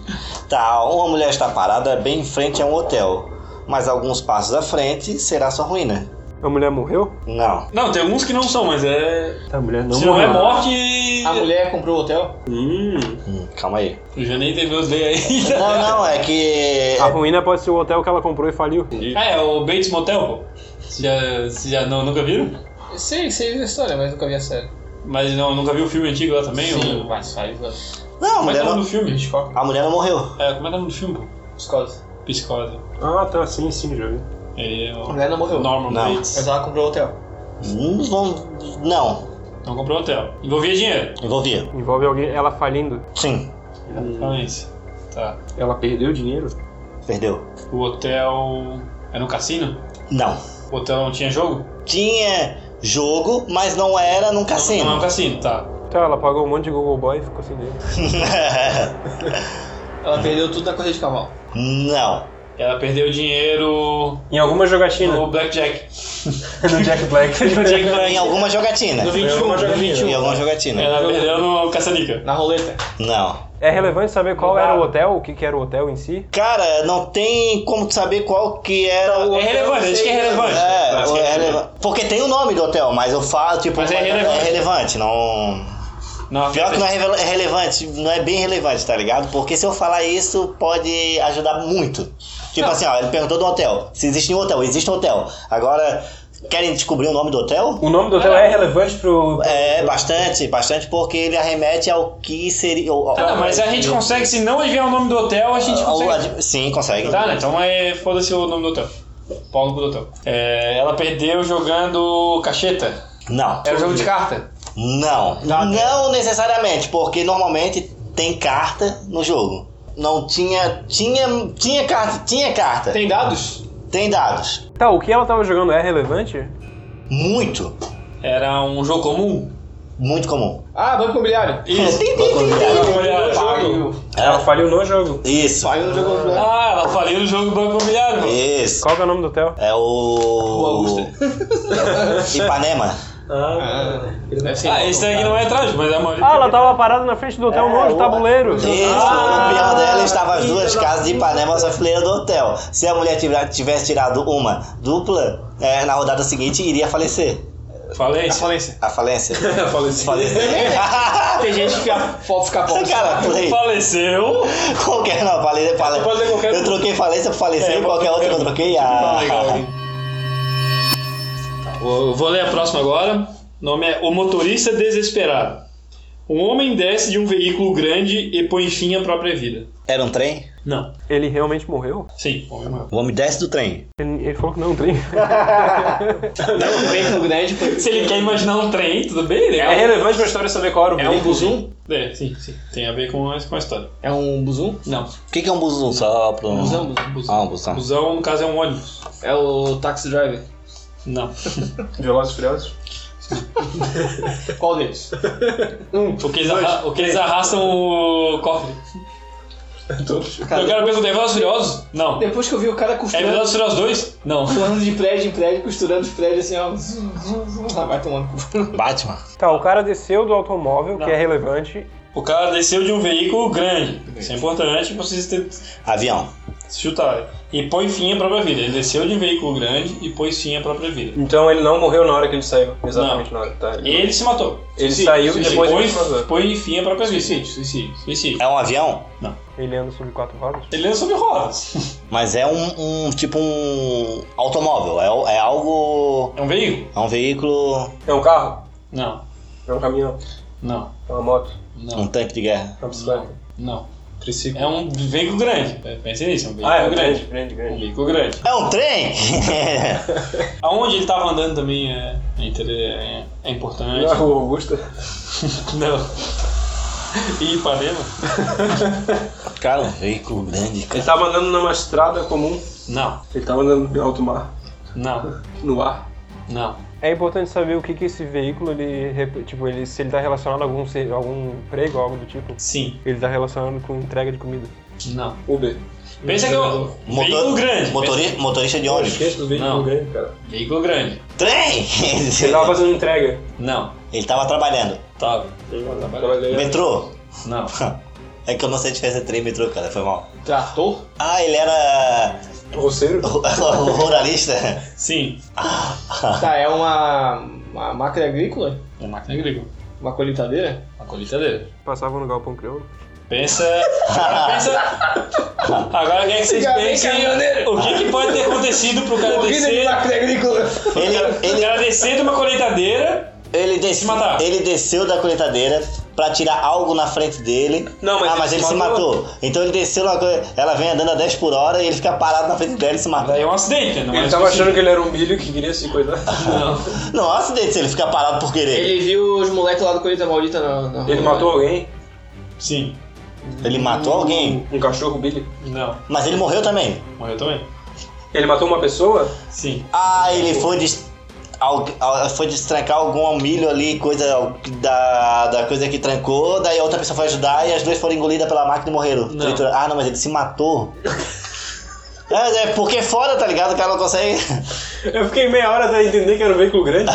B: Tá, uma mulher está parada bem em frente a um hotel, mas alguns passos à frente será sua ruína.
D: A mulher morreu?
B: Não.
C: Não, tem alguns que não são, mas é.
D: Tá, a mulher
C: Se não é morte.
A: A mulher comprou o hotel?
D: Hum.
B: Hum, calma aí.
C: Eu já nem teve os leis ainda.
B: Não, não, é que.
D: A ruína pode ser o hotel que ela comprou e faliu.
C: Ah, é o Bates Motel, pô. Vocês já, vocês já não, nunca viram?
A: Eu Sei, sei da é história, mas nunca vi a série.
C: Mas não, nunca viu o filme antigo lá também?
A: Sim,
C: o...
A: mas faz anos.
B: Não, a
C: Como é que
B: mulher
C: é o nome
B: não,
C: do filme?
A: Hitchcock,
B: a mulher não morreu.
C: É, como é que é o nome do filme, pô?
A: psicose.
C: Psicose.
D: Ah, tá, sim, sim, já vi.
C: Ele é
A: A
C: o
A: mulher não morreu.
C: Norman
B: Não.
A: Mas
C: Bates.
A: ela comprou o hotel.
B: Hum, vão- Não,
C: Não Então comprou hotel. Envolvia dinheiro.
B: envolvia.
D: Envolve alguém, ela falindo.
B: Sim,
C: Exatamente. Tá.
D: Ela perdeu dinheiro?
B: perdeu.
C: O hotel. Era um cassino?
B: Não.
C: O hotel não tinha jogo?
B: Tinha jogo, mas não era num cassino.
C: Não é um cassino, tá.
D: Tá, ela pagou um monte de Google Boy e ficou sem dinheiro.
A: Ela perdeu tudo na corrida de cavalo.
B: Não.
C: Ela perdeu dinheiro
D: Em alguma jogatina.
B: né?
C: no Blackjack.
D: no Jack Black.
C: No Jack
B: Em
C: Black.
B: alguma jogatina.
A: No 21, no 21.
B: Em alguma jogatina.
C: Ela perdeu no Caçanica.
A: Na roleta.
B: Não.
D: É relevante saber qual era o hotel, o que, que era o hotel em si?
B: Cara, não tem como tu saber qual que era.
C: É relevante, acho que é relevante.
B: É,
C: Acho
B: o-
C: que
B: é relevan- Porque tem o nome do hotel, mas eu falo, tipo,
C: Mas é relevante.
B: relevante, não.
C: Não,
B: Pior que não é revela- é relevante, não é bem relevante, tá ligado? Porque se eu falar isso, pode ajudar muito. Tipo assim, ó, ele perguntou do hotel. Se existe um hotel, existe um hotel. Agora, querem descobrir o nome do hotel?
D: O nome do hotel é relevante pro.
B: É, bastante, bastante, porque ele arremete ao que seria. ao- ao-
C: Ah, não, mas a gente consegue, se não adivinhar o nome do hotel, a gente
B: ao-
C: consegue.
B: ad- Sim, consegue.
C: Tá, né? Então é. Foda-se o nome do hotel. Paulo do hotel. É, ela perdeu jogando cacheta.
B: Não.
C: Era um jogo de carta.
B: Não. Não necessariamente, porque normalmente tem carta no jogo. Não tinha. Tinha. Tinha carta. Tinha carta.
A: Tem dados?
B: Tem dados.
D: Tá, o que ela tava jogando é relevante?
B: Muito.
C: Era um jogo comum.
B: Muito comum.
A: Ah, banco imobiliário.
C: Isso.
B: Banco
C: Banco Imobiliário.
A: Jogo.
D: Ela faliu no jogo.
B: É Isso.
A: Aí eu jogo.
C: Ah, ela faliu no jogo do Banco Imobiliário. mano.
B: Isso.
D: Qual que é o nome do hotel?
B: É o. O Ipanema.
D: Ah,
A: Ele deve ser
C: Ah, esse daqui não é trágico, mas é uma.
D: ela tava parada na frente do hotel, um monte de
A: Ah,
D: tabuleiro.
B: Isso, o pior dela estava as duas
A: tá.
B: casas de Ipanema só fileira do hotel. Se a mulher tira- tivesse tirado uma dupla, é, na rodada seguinte iria falecer.
C: Falei.
A: falência.
B: A falência.
A: falência.
B: Falecer.
A: Tem gente que
B: é
A: a- pode ficar pobre.
B: Cara, pulei.
C: Faleceu.
B: Qualquer não, falência, falência.
C: Pode ser qualquer-
B: Eu troquei falência por falecer,
C: É,
B: qualquer outra que eu troquei. Ah,
C: Eu vou ler a próxima agora. O nome é O Motorista Desesperado. Um homem desce de um veículo grande e põe fim à própria vida.
B: Era um trem?
C: Não.
D: Ele realmente morreu?
C: Sim, homem maior.
B: O homem desce do trem.
D: Ele, ele falou que não, trem.
A: Não, vem com o grande. foi-
C: Se ele quer imaginar um trem, tudo bem, né?
D: É relevante pra história saber qual era o
A: É um buzum?
C: É, sim, sim. Tem a ver com a, com a história.
A: É um buzum?
C: Não.
B: O que, que é um buzum? Só pro.
A: Buzão, buzum, buzum.
B: Ah, um buzão.
C: Busão, no caso, é um ônibus.
A: É o taxi driver.
C: Não.
D: Velozes e Furiosos?
A: Qual deles?
C: O que eles, arra- o que eles arrastam o cofre. Eu quero perguntar, é Velozes e Furiosos? Não.
A: Depois que eu vi o cara
C: É
A: costurando,
C: Velozes e Furiosos 2? Não.
A: pulando de prédio em prédio, costurando os prédios assim, ó. zum, zum, zum, lá Vai tomando cu.
B: Batman.
D: Tá, o cara desceu do automóvel, que é relevante.
C: O cara desceu de um veículo grande. Isso é importante pra vocês ter-
B: Avião.
C: se chutarem. E põe fim à própria vida. Ele desceu de um veículo grande e pôs fim à própria vida.
D: Então ele não morreu na hora que ele saiu.
C: Exatamente
D: na hora. Tá,
C: Ele se matou.
D: Ele saiu
C: Suicídio.
D: depois ele se
C: põe,
D: matou.
C: põe fim à própria vida. Suicídio, suicídio.
B: É um avião?
D: Ele anda sobre quatro rodas?
C: Ele anda sobre rodas.
B: Mas é um, um- tipo um automóvel. É, o- é algo.
C: É um veículo?
B: É um veículo.
D: É um carro?
C: Não.
D: É um caminhão?
C: Não.
D: É uma moto?
C: Não.
B: Um tanque de guerra.
D: É uma bicicleta?
C: Não.
D: Triciclo?
C: É um veículo grande. É, Pense nisso. É um veículo
D: Ah, é
C: grande.
D: grande, grande,
C: Um
D: grande.
C: veículo grande.
B: É um trem?
C: Aonde ele tava andando também é, é, inter- é- é importante.
D: Na rua Augusta?
C: Não. E Ipanema?
B: Cara, um veículo grande.
D: Ele tava andando numa estrada comum.
C: Não.
D: Ele tava andando em alto mar,
C: Não.
D: no ar.
C: Não.
D: É importante saber o que, que esse veículo, ele, rep- tipo, ele, se ele tá relacionado a algum, ser- algum emprego, algo do tipo.
C: Sim.
D: Ele tá relacionado com entrega de comida.
C: Não.
D: Uber.
C: Pensa que é um veículo grande.
B: motori- motorista de ônibus.
D: Esquece do
C: veículo Não.
D: grande, cara.
C: Veículo grande.
B: Trem!
D: Ele tava fazendo entrega.
C: Não.
B: Ele tava trabalhando.
C: Tava.
B: Metrô?
C: Não.
B: É que eu não sei a diferença entre trem e metrô, cara. Foi mal.
A: Trator?
B: Ah, ele era.
D: é Roceiro?
B: ruralista?
C: Sim.
A: Tá, é uma, uma máquina agrícola?
C: Uma máquina agrícola.
A: Uma colheitadeira?
C: Uma colheitadeira.
D: Passava no galpão crioulo.
C: Pensa. Agora pensa. Agora quer que vocês
A: Fica bem
C: pensem
A: caminhoneiro.
C: o que, que pode ter acontecido pro cara descer.
A: agrícola!
B: Ele,
C: O
B: ele,
C: cara descer de uma colheitadeira.
B: ele, des-
C: Se matar.
B: ele desceu da colheitadeira pra tirar algo na frente dele.
D: Não, mas
B: ah,
D: ele
B: mas
D: se
B: ele se
D: matou.
B: matou. Então ele desceu na co- Ela vem andando a 10 por hora e ele fica parado na frente dela e se mata.
C: Daí é um acidente, né? Não é suicídio.
D: que ele era um milho que queria se cuidar.
B: Não, é um acidente se ele ficar parado por querer.
A: Ele viu os moleques lá do Colheita Maldita na, na rua. né?
D: alguém?
C: Sim.
B: Ele, matou alguém,
D: Um cachorro, Billy?
C: Não.
B: mas ele morreu também.
C: Morreu também?
D: Ele matou uma pessoa?
C: Sim.
B: Ah, ele foi des... al- al- foi destrancar algum milho ali, coisa da, da coisa que trancou, daí a outra pessoa foi ajudar e as duas foram engolidas pela máquina e morreram.
C: Não.
B: Tritura- Ah, não, mas ele se matou. É, é porque é foda, tá ligado? O cara não consegue.
D: Eu fiquei meia hora até entender que era um veículo grande.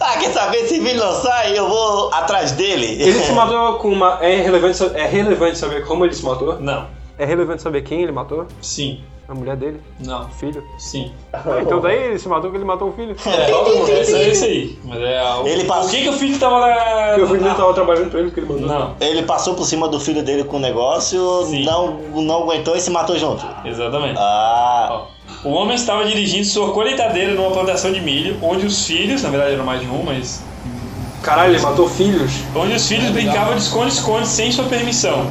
B: ah, quer saber? Se ele não sai, eu vou atrás dele.
D: Ele se matou com uma. É relevante, sa- é relevante saber como ele se matou?
C: Não.
D: É relevante saber quem ele matou?
C: Sim.
D: A mulher dele?
C: Não.
D: O filho?
C: Sim.
D: Então daí ele se matou porque ele matou o filho.
C: É, essa é isso aí. Mas é algo.
B: Ele
C: Por
B: passou-
C: que, que o filho tava na.
D: Porque o filho dele tava trabalhando pra ele porque ele mandou.
C: Não,
B: Ele passou por cima do filho dele com o negócio,
C: Sim.
B: não, não aguentou e se matou junto.
C: exatamente.
B: Ah,
C: Ó, O homem estava dirigindo sua colheitadeira numa plantação de milho, onde os filhos, na verdade eram mais de um, mas.
D: Caralho, ele matou filhos.
C: Onde os filhos brincavam de esconde-esconde sem sua permissão.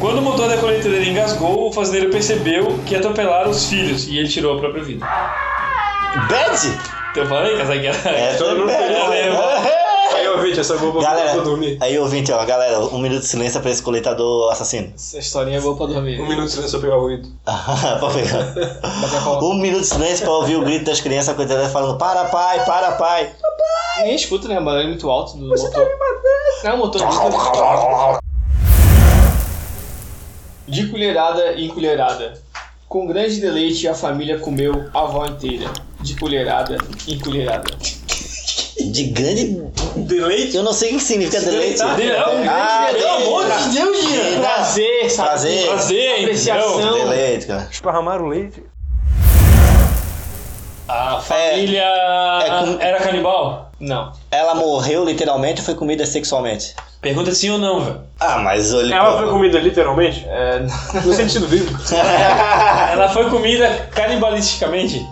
C: Quando o motor da colheitadeira engasgou, o fazendeiro percebeu que atropelaram os filhos e ele tirou a própria vida.
B: Bad?
C: Então eu falei que essa aqui
B: Essa
C: era.
D: É,
B: é
D: Todo mundo
B: bad. É.
C: lembra.
D: Aí eu Realmente, essa boba
B: Galera,
D: eu vou dormir.
B: aí ouvinte, ó, galera, um minuto de silêncio pra esse coletador assassino.
A: Essa historinha é boa pra dormir.
D: Um minuto de silêncio pra pegar o ruído.
B: Pra pegar.
A: Bater a palma.
B: Um minuto de silêncio pra ouvir o grito das crianças coitadinha falando: Para, pai, para, pai.
A: Ninguém escuta, né? O barulho é muito alto do motor. Não, o motor é muito... De colherada em colherada. Com grande deleite a família comeu a avó inteira. De colherada em colherada.
B: De grande.
C: Deleite?
B: Eu não sei o que significa deleite.
D: tá
C: Ah,
B: deleite.
C: pelo amor
B: é.
C: de Deus,
B: Deleite.
C: Diego!
A: Prazer, sabe?
B: Prazer.
C: Prazer,
A: Apreciação.
C: entendeu?
B: Deleite, cara.
D: Esparramar o leite?
C: A
B: É,
C: família
B: com-
C: era canibal?
A: Não.
B: ela morreu literalmente ou foi comida sexualmente?
C: Pergunta sim ou não, velho.
B: Ah, mas olha.
D: Ela foi comida literalmente?
A: É,
D: No sentido bíblico.
C: Ela foi comida canibalisticamente?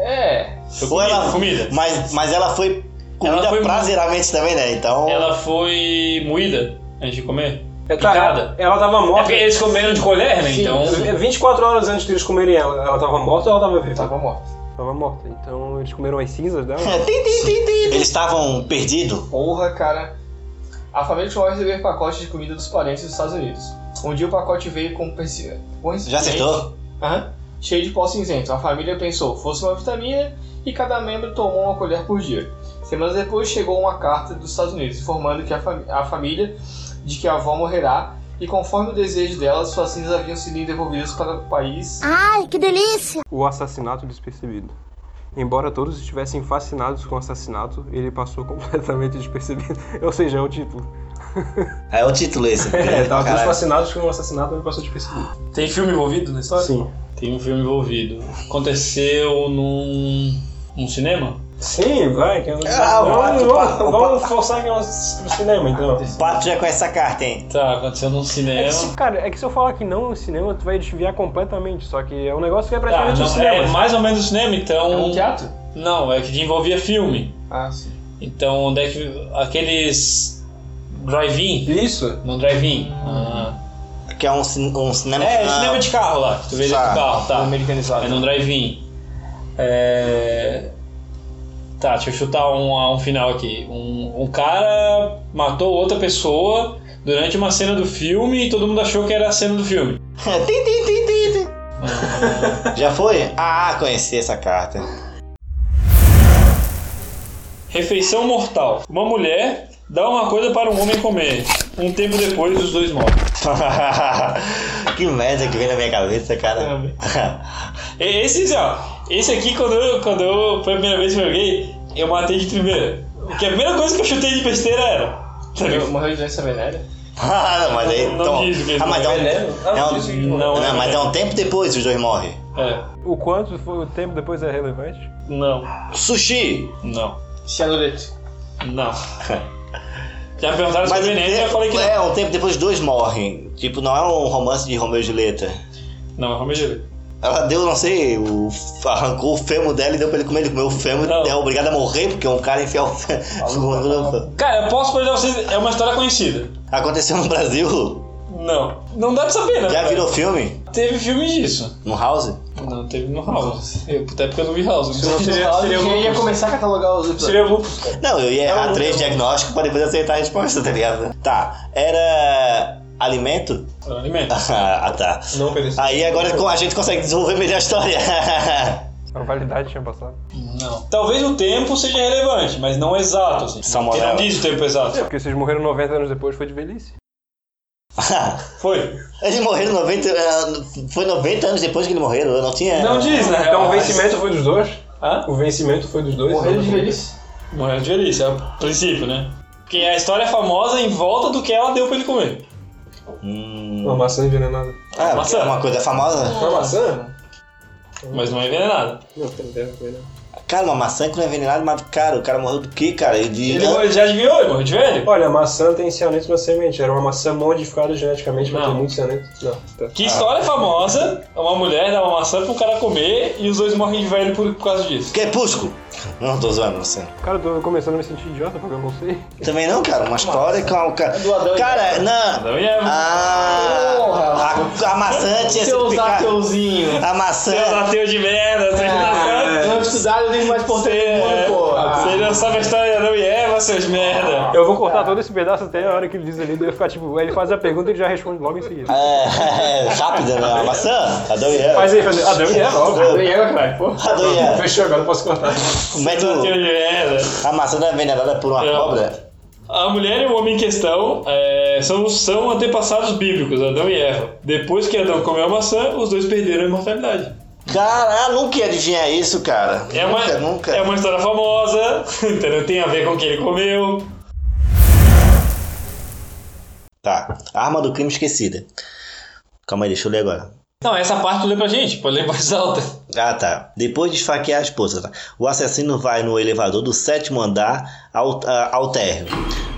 A: é.
C: Foi
B: Ou
C: comida,
B: ela-
C: comida.
B: Mas, mas ela foi comida
C: Ela foi-
B: prazeramente também, né? Então.
C: Ela foi moída antes de comer?
D: Ela,
C: Picada?
D: É, tá, ela tava
C: É porque
D: morta. É,
C: eles comeram de colher, né? Então.
D: 24 horas antes deles comerem ela. Ela tava morta ou ela tava viva?
A: Tava morto.
D: Tava morta. Então eles comeram as cinzas dela?
B: Eles estavam perdidos.
A: Porra, cara. A família chegou a receber pacotes de comida dos parentes dos Estados Unidos. Um dia o pacote veio com... perci- com
B: Já
A: recipiente-
B: acertou?
A: Aham. Cheio de pó cinzento. A família pensou fosse uma vitamina e cada membro tomou uma colher por dia. Semanas depois chegou uma carta dos Estados Unidos informando que a, fami- a família de que a avó morrerá e conforme o desejo dela, suas cinzas haviam sido devolvidas para o país.
D: O assassinato despercebido. Embora todos estivessem fascinados com o assassinato, ele passou completamente despercebido. Ou seja, é o título.
B: É o título esse.
D: É,
B: Grande pra
D: tava todos
B: caralho.
D: fascinados com o assassinato, ele passou despercebido.
C: Tem filme envolvido na história?
D: Sim.
C: Tem um filme envolvido. Aconteceu num. num cinema?
D: Sim, vai. que- é um
B: Ah, o
D: vamos,
B: pato, o
D: vamos-
B: pato, o
D: vamos forçar que é um cinema, então.
B: O Pato já conhece essa carta, hein?
C: Tá, aconteceu num
D: É que
C: cinema.
D: se- cara, é que se eu falar que não no cinema, tu vai desviar completamente. Só que é um negócio que é
C: Tá,
D: praticamente um
C: não,
D: cinema.
C: é mais ou menos um cinema,
A: É um
C: então.
A: teatro?
C: Não, é que envolvia filme.
A: Ah, sim.
C: Então, onde é que. aqueles. drive-in?
D: Isso.
C: Não, drive-in. Ah.
B: Que é um, cin- um cinema.
C: É,
B: ah,
C: cinema de carro lá, que tu vê dentro
B: Tá.
C: do carro, tá.
A: Americanizado.
C: É num drive-in. É... Tá, deixa eu chutar um, um final aqui. Um, um cara matou outra pessoa durante uma cena do filme e todo mundo achou que era a cena do filme.
B: Tim, tim, tim, tim, tim. Já foi? Ah, conheci essa carta.
C: Refeição mortal. Uma mulher dá uma coisa para um homem comer. Um tempo depois, os dois morrem.
B: que merda que vem na minha cabeça, cara.
C: E- Esse, assim, ó, esse aqui, quando eu, quando eu foi a primeira vez que eu joguei, eu matei de primeira. Porque a primeira coisa que eu chutei de besteira era.
A: Morreu- Morreu de doença venérea?
B: ah, não, mas aí.
C: Não
B: então-
C: diz o que
B: ah, mas é um, é um-
C: Não, né?
B: não, mas é um tempo depois os dois morrem.
C: É.
D: O quanto foi o tempo depois é relevante?
C: Não.
B: Sushi!
C: Não.
A: Chalureto.
C: Não. Já me perguntaram sobre Enem, eu já falei que não.
B: é, um tempo depois os dois morrem. Tipo, não é um romance de Romeu e Julieta.
C: Não, é Romeu e Julieta.
B: Ela deu, não sei, o- arrancou o fêmur dela e deu pra ele comer. Ele comeu o fêmur
C: Não.
B: é obrigado a morrer, porque um cara enfiar o fêmur no fêmur.
C: Cara, eu posso contar pra vocês, é uma história conhecida.
B: Aconteceu no Brasil.
C: Não. Não dá pra saber, né?
B: Já virou filme?
C: Teve filme disso.
B: No House?
C: Não, teve no House. Eu, até porque eu não vi House.
A: Se não seria, seria
C: um
A: eu ia começar a catalogar os episódios.
D: Seria bom.
B: Não, eu ia errar três diagnósticos pra depois aceitar a resposta, tá ligado? Tá, era alimento?
C: Era um alimento.
B: ah, tá.
D: Não perecer.
B: Aí agora com a gente consegue desenvolver melhor a história.
D: A validade tinha passado.
C: Não. Talvez o tempo seja relevante, mas não exato, assim. Porque
B: Salmonella.
C: não diz o tempo exato.
D: É, porque vocês morreram 90 anos depois, foi de velhice.
C: Foi.
B: Eles morreram 90. eh, Foi 90 anos depois que eles morreram, eu não tinha.
D: Não diz, né? Então o vencimento foi dos dois.
C: Hã?
D: O vencimento foi dos dois.
A: Morreu
D: né?
A: de velhice?
C: Morreu de velhice, é o princípio, né? Porque a história é famosa em volta do que ela deu pra ele comer.
B: Hum.
D: Uma maçã envenenada.
B: Ah,
C: Maçã.
B: é uma coisa famosa.
D: Foi uma maçã?
C: Mas não é envenenada.
D: Não, tem tempo, foi, né?
B: Cara, uma maçã que não é envenenada, mas cara, o cara morreu do quê, cara? Ele de.
C: Ele morreu- já adivinhou, ele morreu de velho.
D: Olha, a maçã tem cianeto na semente. Era uma maçã modificada geneticamente, mas
C: Não.
D: tem muito cianeto. Não, tá.
C: Que história famosa, uma mulher dá uma maçã pra um cara comer e os dois morrem de velho por, por causa disso.
B: Crepúsculo! é Não, tô zoando, não sei.
D: Cara, eu tô começando a me sentir idiota porque eu não sei.
B: Também
C: É
B: não, cara, uma história com o cara.
A: do Adão e
B: Cara, não.
C: Então, e é-
B: Ah,
A: Porra.
B: a- a maçã tinha sido
A: Seus
B: picada.
A: ateuzinho.
B: A
C: Seus
B: maçã.
C: é um ateu de merda, tá vocês
B: Ah,
C: não sabem.
B: é.
A: Não estudaram o livro mais importante do
C: É.
A: mundo, pô. Ah,
C: Vocês não sabem a história de Adão e Eva, seus
B: Ah,
C: merda.
D: Eu vou cortar todo esse pedaço até a hora que ele diz ali, daí eu ficar tipo, aí ele faz a pergunta e ele já responde logo em seguida.
B: É, rápida, né? A maçã. Adão e Eva.
D: Mas aí, fazer, Adão e Eva, óbvio.
A: Adão e Eva, caralho, pô.
B: Adão e Eva.
A: Fechou, agora eu posso cortar.
B: Mas
C: Seus ateu de merda.
B: a maçã não é venerada por uma
C: Eu-
B: cobra?
C: A mulher e o homem em questão é, são, são antepassados bíblicos, Adão e Eva. Depois que Adão comeu a maçã, os dois perderam a imortalidade.
B: Cara, eu nunca ia adivinhar isso, cara.
C: É uma,
B: nunca, nunca.
C: É uma história famosa, entendeu? Tem a ver com o que ele comeu.
B: Tá. Arma do crime esquecida. Calma aí, deixa eu ler agora.
C: Não, essa parte tu lê pra gente, pode ler mais alta.
B: Ah, tá. Depois de esfaquear a esposa, tá? o assassino vai no elevador do sétimo andar ao, ah, ao térreo,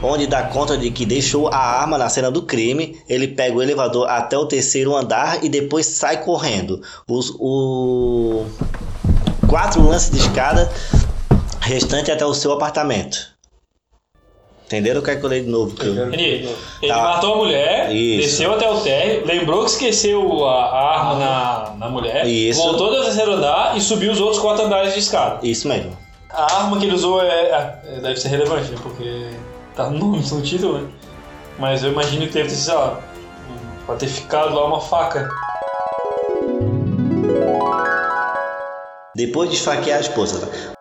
B: onde dá conta de que deixou a arma na cena do crime. Ele pega o elevador até o terceiro andar e depois sai correndo. Os o... quatro lances de escada restante até o seu apartamento. Entenderam? Quer que eu leia de novo? que eu-
C: Ele, ele
B: Tá.
C: matou a mulher,
B: Isso.
C: desceu até o térreo, lembrou que esqueceu a, a arma na, na mulher,
B: Isso.
C: voltou do terceiro andar e subiu os outros quatro andares de escada.
B: Isso mesmo.
C: A arma que ele usou é, é- deve ser relevante, né? Porque tá no nome, no título, né? Mas eu imagino que deve ter, sei lá, um- pra ter ficado lá uma faca.
B: Depois de esfaquear a esposa. tá?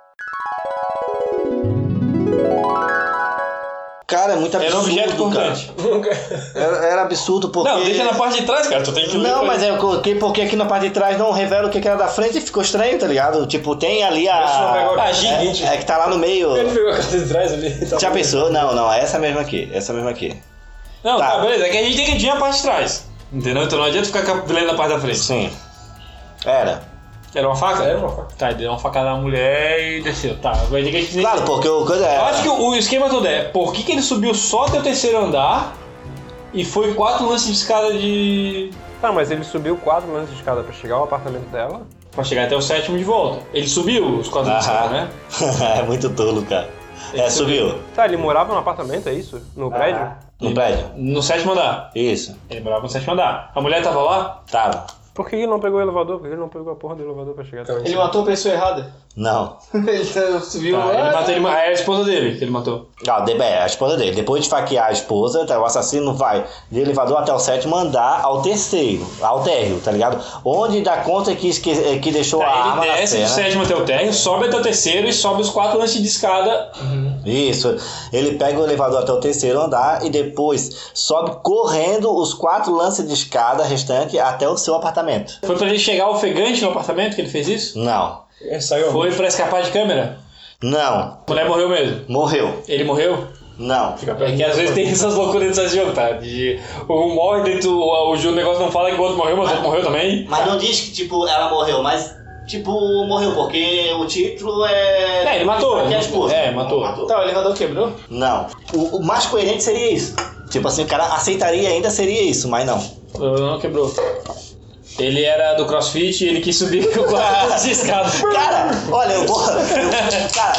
B: Cara, é muito
C: Era um
B: absurdo,
C: objeto
B: cara.
C: importante.
B: Era, era absurdo porque.
C: Não, deixa na parte de trás, cara. Tu tem que ler
B: Não,
C: pra-
B: mas é eu coloquei porque aqui na parte de trás não revela o que que era da frente e ficou estranho, tá ligado? Tipo, tem ali a.
C: Ah, gigante.
B: É, é que tá lá no meio.
G: Ele pegou a carta de trás ali. Tá
B: Já pensou? Não, não, é essa mesma aqui. Essa mesma aqui.
C: Não,
B: Tá.
C: tá, beleza. É que a gente tem que adivinhar a parte de trás. Entendeu? Então não adianta ficar cap- lendo a parte da frente.
B: Sim. Era.
C: Era uma faca? Era uma faca. Tá, ele deu uma facada na mulher e desceu. Tá, agora tem que dizer.
B: Claro, porque o coisa é-
C: Eu
B: era.
C: acho que o o esquema todo é, por que, que ele subiu só até o terceiro andar e foi quatro lances de escada de.
D: Tá, mas ele subiu quatro lances de escada pra chegar ao apartamento dela.
C: Pra chegar até o sétimo de volta. Ele subiu os quatro lances de escada,
B: Aham.
C: né?
B: é muito tolo, cara. É, subiu.
D: Tá, ele morava no apartamento, é isso? No prédio?
B: No prédio.
C: No sétimo andar.
B: Isso.
C: Ele morava no sétimo andar. A mulher tava lá?
B: Tava.
D: Por que ele não pegou o elevador? Por que ele não pegou a porra do elevador pra chegar até lá?
A: Ele matou a pessoa errada.
B: Não.
A: Ele subiu.
C: Tá,
A: lá.
C: ele matou, ele, ma- é a esposa dele que ele matou.
B: Ah, de- é, a esposa dele. Depois de faquear a esposa, tá, o assassino vai de elevador até o sétimo andar ao terceiro, ao térreo, tá ligado? Onde dá conta que, esque- eh, que deixou a
C: Tá,
B: arma
C: ele
B: na
C: desce
B: cena.
C: do sétimo até o térreo, sobe até o terceiro e sobe os quatro lances de escada.
B: Isso. Ele pega o elevador até o terceiro andar e depois sobe correndo os quatro lances de escada restante até o seu apartamento.
C: Foi pra ele chegar ofegante no apartamento que ele fez isso?
B: Não.
G: Saiu
C: Foi pra escapar de câmera?
B: Não.
C: A mulher morreu mesmo.
B: Morreu.
C: Ele morreu?
B: Não.
C: É que às
D: né,
C: vezes tem essas loucuras dessas jogos, tá? De um morre dentro, o, o jogo- o negócio não fala que o outro morreu, mas o outro morreu também.
B: Mas não diz que, tipo, ela morreu, mas, tipo, morreu, porque o título é.
C: É, ele matou.
B: Faquear a esposa.
C: É, matou.
A: Tá, o elevador quebrou?
B: Não. O, o mais coerente seria isso. Tipo assim, o cara aceitaria ainda seria isso, mas não.
C: Não, não quebrou. Ele era do crossfit e ele quis subir com o quarto de escada.
B: Cara, olha, eu vou. eu- cara,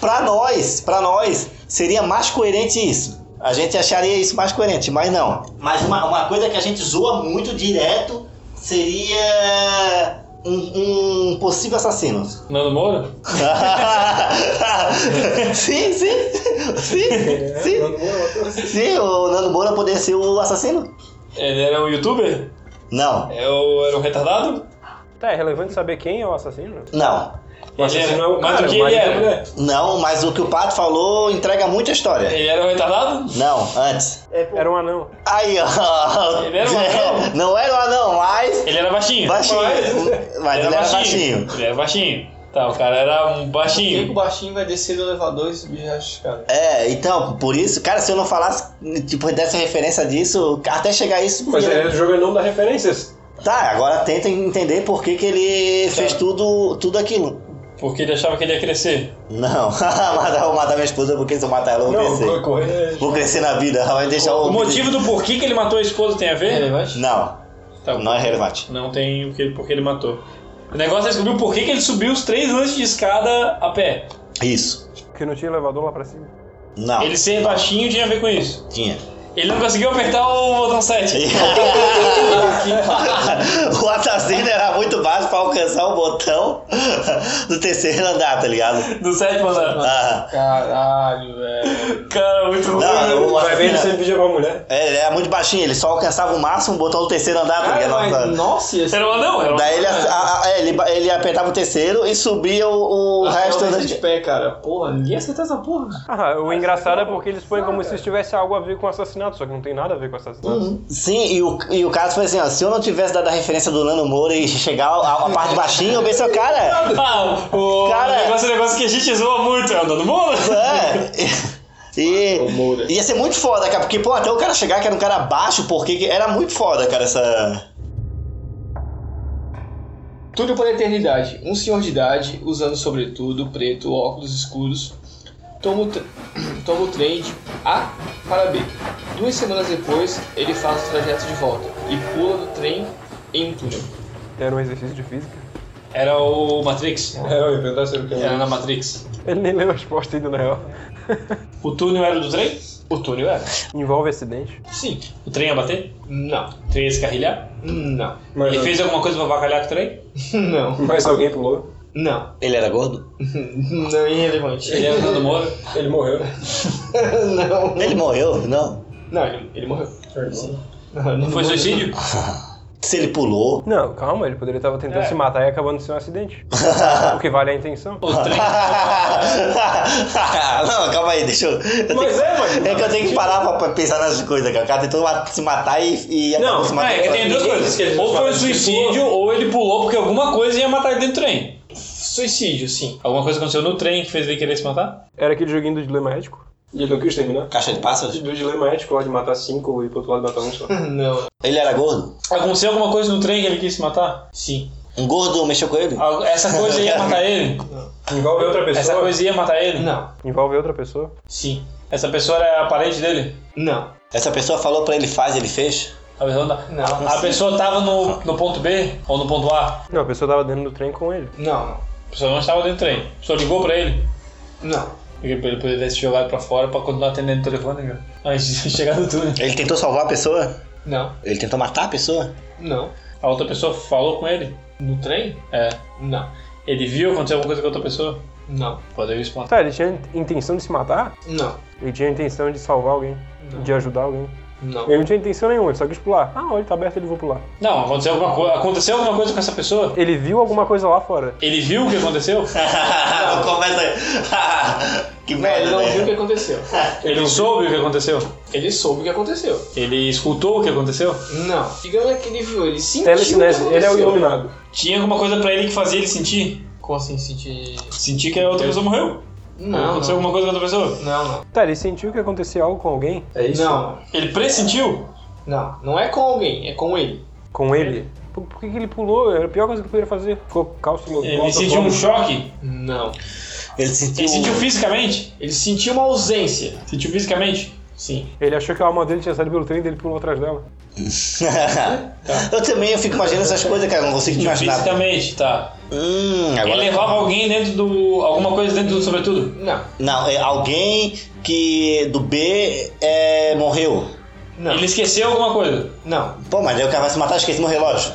B: pra nós, pra nós, seria mais coerente isso. A gente acharia isso mais coerente, mas não. Mas uma, uma coisa que a gente zoa muito direto seria um, um possível assassino.
C: Nando Moura?
B: sim, sim, sim, sim. Sim, o Nando Moura poderia ser o assassino?
C: Ele era um youtuber?
B: Não,
C: Eu era um retardado?
D: Tá, é relevante saber quem é o assassino?
B: não.
C: Ele era,
D: não é o
C: mas
D: cara,
C: o que ele
D: mas é a
C: era?
B: Não, mas o que o Pato falou entrega muita história.
D: é.
C: Ele era um retardado?
B: Não, antes.
D: Era um anão.
B: Aí, ó.
C: Ele era um anão?
B: Não era um anão, mas.
C: Ele era baixinho?
B: Baixinho. Mas ele era baixinho.
C: Ele era baixinho. Tá, o cara era um
A: Por que é que o
C: baixinho.
A: baixinho vai descer do elevador e subir já de escada?
B: É, então, por isso, cara, se eu não falasse, tipo, dessa referência disso, até chegar isso.
G: Mas é, o jogo não dá referências.
B: Tá, agora tenta entender por que, que ele fez tudo, tudo aquilo.
C: Porque ele achava que ele ia crescer.
B: Não, matar, vou matar minha esposa porque se eu matar ela, eu vou crescer.
G: correr.
B: Vou crescer na vida, vai deixar o.
C: O motivo do porquê que ele matou a esposa tem a ver?
B: Não,
C: Tá,
B: não é relevante.
C: Não tem o que, porque ele matou. O negócio é descobrir por que que ele subiu os três lances de escada a pé.
B: Isso.
D: Porque não tinha elevador lá pra cima.
B: Não,
C: Ele ser baixinho tinha a ver com isso.
B: tinha.
C: Ele não conseguiu apertar o botão 7.
B: o assassino era muito baixo pra alcançar o botão do terceiro andar, tá ligado?
C: Do sétimo andar.
B: Ah,
A: Caralho, velho.
C: Cara, muito é ruim.
B: não, o
G: Vai ver ele
B: assassino
G: sempre pedia pra mulher.
B: é, ele era muito baixinho, ele só alcançava o máximo o botão do terceiro andar, tá
A: Cara,
B: ligado?
A: mas, nossa, esse...
C: Era um anão, era um
B: Daí ele,
C: anão.
B: a- a- é, ele, ba- ele apertava o terceiro e subia é o, o
A: Até
B: resto
A: eu
B: da.
A: desci de pé, cara. Porra, ninguém acerta essa porra.
D: Ah, o engraçado é porque eles põem como se isso tivesse algo a ver com assassinato, só que não tem nada a ver com assassinato.
B: Uhum. Sim, e o, e o caso foi assim: ó, se eu não tivesse dado a referência do Lano Moura e chegar a, a parte baixinha, eu pensei, cara.
C: Ah, o
B: Cara-
C: negócio é um negócio que a gente zoa muito, é o dono Moura.
B: É. E
A: Moura.
B: ia ser muito foda, cara, porque, pô, até o cara chegar que era um cara baixo, porque que- era muito foda, cara, essa.
A: Tudo pela eternidade. Um senhor de idade, usando sobretudo preto, óculos escuros, toma o, tre- toma o trem de A para B. Duas semanas depois, ele faz o trajeto de volta e pula do trem em um túnel.
D: Era um exercício de física.
C: Era o Matrix.
G: É, eu ia perguntar se era o que
C: Era na Matrix.
D: Ele nem leu a resposta ainda, na real.
C: O túnel era do trem?
A: O túnel era?
D: Envolve acidente.
A: Sim.
C: O trem ia bater?
A: Não.
C: O trem ia se carrilhar?
A: Não.
G: Mas,
C: Ele fez alguma coisa pra avacalhar com o trem?
A: Não.
G: mas alguém pulou.
A: Não.
B: Ele era gordo?
A: Não é irrelevante.
C: Ele era o dono Moura?
G: Ele morreu.
A: Não.
B: Ele morreu, não?
A: Não, ele, ele morreu.
G: Ele
A: Não, ele não
C: Foi
A: morreu.
C: suicídio?
B: Se ele pulou.
D: Não, calma, ele poderia estar tentando
C: É.
D: se matar e acabando de ser um acidente. o que vale é a intenção.
C: O trem.
B: não, calma aí, deixa eu. eu
G: Mas
B: tenho-
G: é, mano.
B: É que eu tenho que parar pra- pra pensar nessas coisas, cara. O cara tentou ma- se matar e. e acabou se
C: Não,
B: matando.
C: é que tem duas
G: Ninguém
C: coisas.
G: disse que ele
C: Ou foi
G: falou
C: um
G: que
C: suicídio, ou ele pulou porque alguma coisa ia matar ele dentro do trem.
A: Suicídio, sim.
C: Alguma coisa aconteceu no trem que fez ele querer se matar?
D: Era aquele joguinho do dilema ético?
G: não quis terminar.
B: Caixa de pássaros?
G: Do dilema ético lá de matar cinco e pro outro lado matar um só.
A: Não.
B: Ele era gordo?
C: Aconteceu alguma coisa no trem que ele quis se matar?
A: Sim.
B: Um gordo mexeu com ele?
C: Algu- Essa coisa ia matar ele?
G: Envolve outra pessoa.
C: Essa coisa ia matar ele?
A: Não.
D: Envolve outra pessoa?
A: Sim.
C: Essa pessoa era a parente dele?
A: Não.
B: Essa pessoa falou pra ele faz, ele fez?
C: A pessoa, não- tá-
A: Não.
C: a pessoa tava no, no ponto B ou no ponto A?
D: Não, a pessoa tava dentro do trem com ele.
A: Não.
C: A pessoa não estava dentro do trem. A pessoa ligou pra ele.
A: Não.
C: Porque pra ele poder ter se jogado pra fora pra continuar atendendo o telefone, cara. Antes de chegar no túnel.
B: Ele tentou salvar a pessoa?
A: Não.
B: Ele tentou matar a pessoa?
A: Não.
C: A outra pessoa falou com ele.
A: No trem?
C: É.
A: Não.
C: Ele viu acontecer alguma coisa com a outra pessoa?
A: Não.
C: Poderia se matar.
D: Tá, ele tinha intenção de se matar?
A: Não.
D: Ele tinha intenção de salvar alguém? De ajudar alguém?
A: Não.
D: Ele não tinha intenção nenhuma, ele só quis pular. Ah, olha, tá aberto, ele vou pular.
C: Não, aconteceu alguma, co aconteceu alguma coisa com essa pessoa?
D: Ele viu alguma coisa lá fora.
C: Ele viu o que aconteceu?
B: Começa aí. que
A: Não, ele
B: merda,
A: não viu o que
B: né?
A: aconteceu.
C: Ele soube o que aconteceu?
A: Ele soube o que aconteceu.
C: Ele escutou o que aconteceu?
A: Não. Digamos que ele viu, ele sentiu.
D: Telecinese,
A: o que
D: ele é o
A: aconteceu.
D: iluminado.
C: Tinha alguma coisa pra ele que fazia ele sentir?
A: Como assim sentir.
C: Sentir que a outra pessoa morreu?
A: Não.
C: aconteceu um-
A: Não,
C: alguma coisa com a outra pessoa?
A: não.
D: Tá, ele sentiu que acontecia algo com alguém?
G: É isso?
A: Não.
C: Ele pressentiu?
A: Não. Não é com alguém, é com ele.
D: Com ele? Por, por que, que ele pulou? Era a pior coisa que poderia fazer. Ficou calço louco.
C: Ele sentiu um choque?
A: Não.
B: Ele
C: Ele
B: sentiu.
C: sentiu fisicamente?
A: Ele sentiu uma ausência.
C: Sentiu fisicamente?
A: Sim.
D: Ele achou que a alma dele tinha saído pelo trem e ele pulou atrás dela.
B: eu também eu fico imaginando essas coisas, cara. Não consigo
C: Sentiu
B: imaginar.
C: fisicamente, tá.
B: Hum,
C: Ele
B: agora.
C: levava alguém dentro do. alguma coisa dentro do sobretudo?
A: Não.
B: Não, é alguém que do B é, morreu.
A: Não.
C: Ele esqueceu alguma coisa?
A: Não.
B: Pô, mas aí o cara vai se matar, esqueci meu relógio.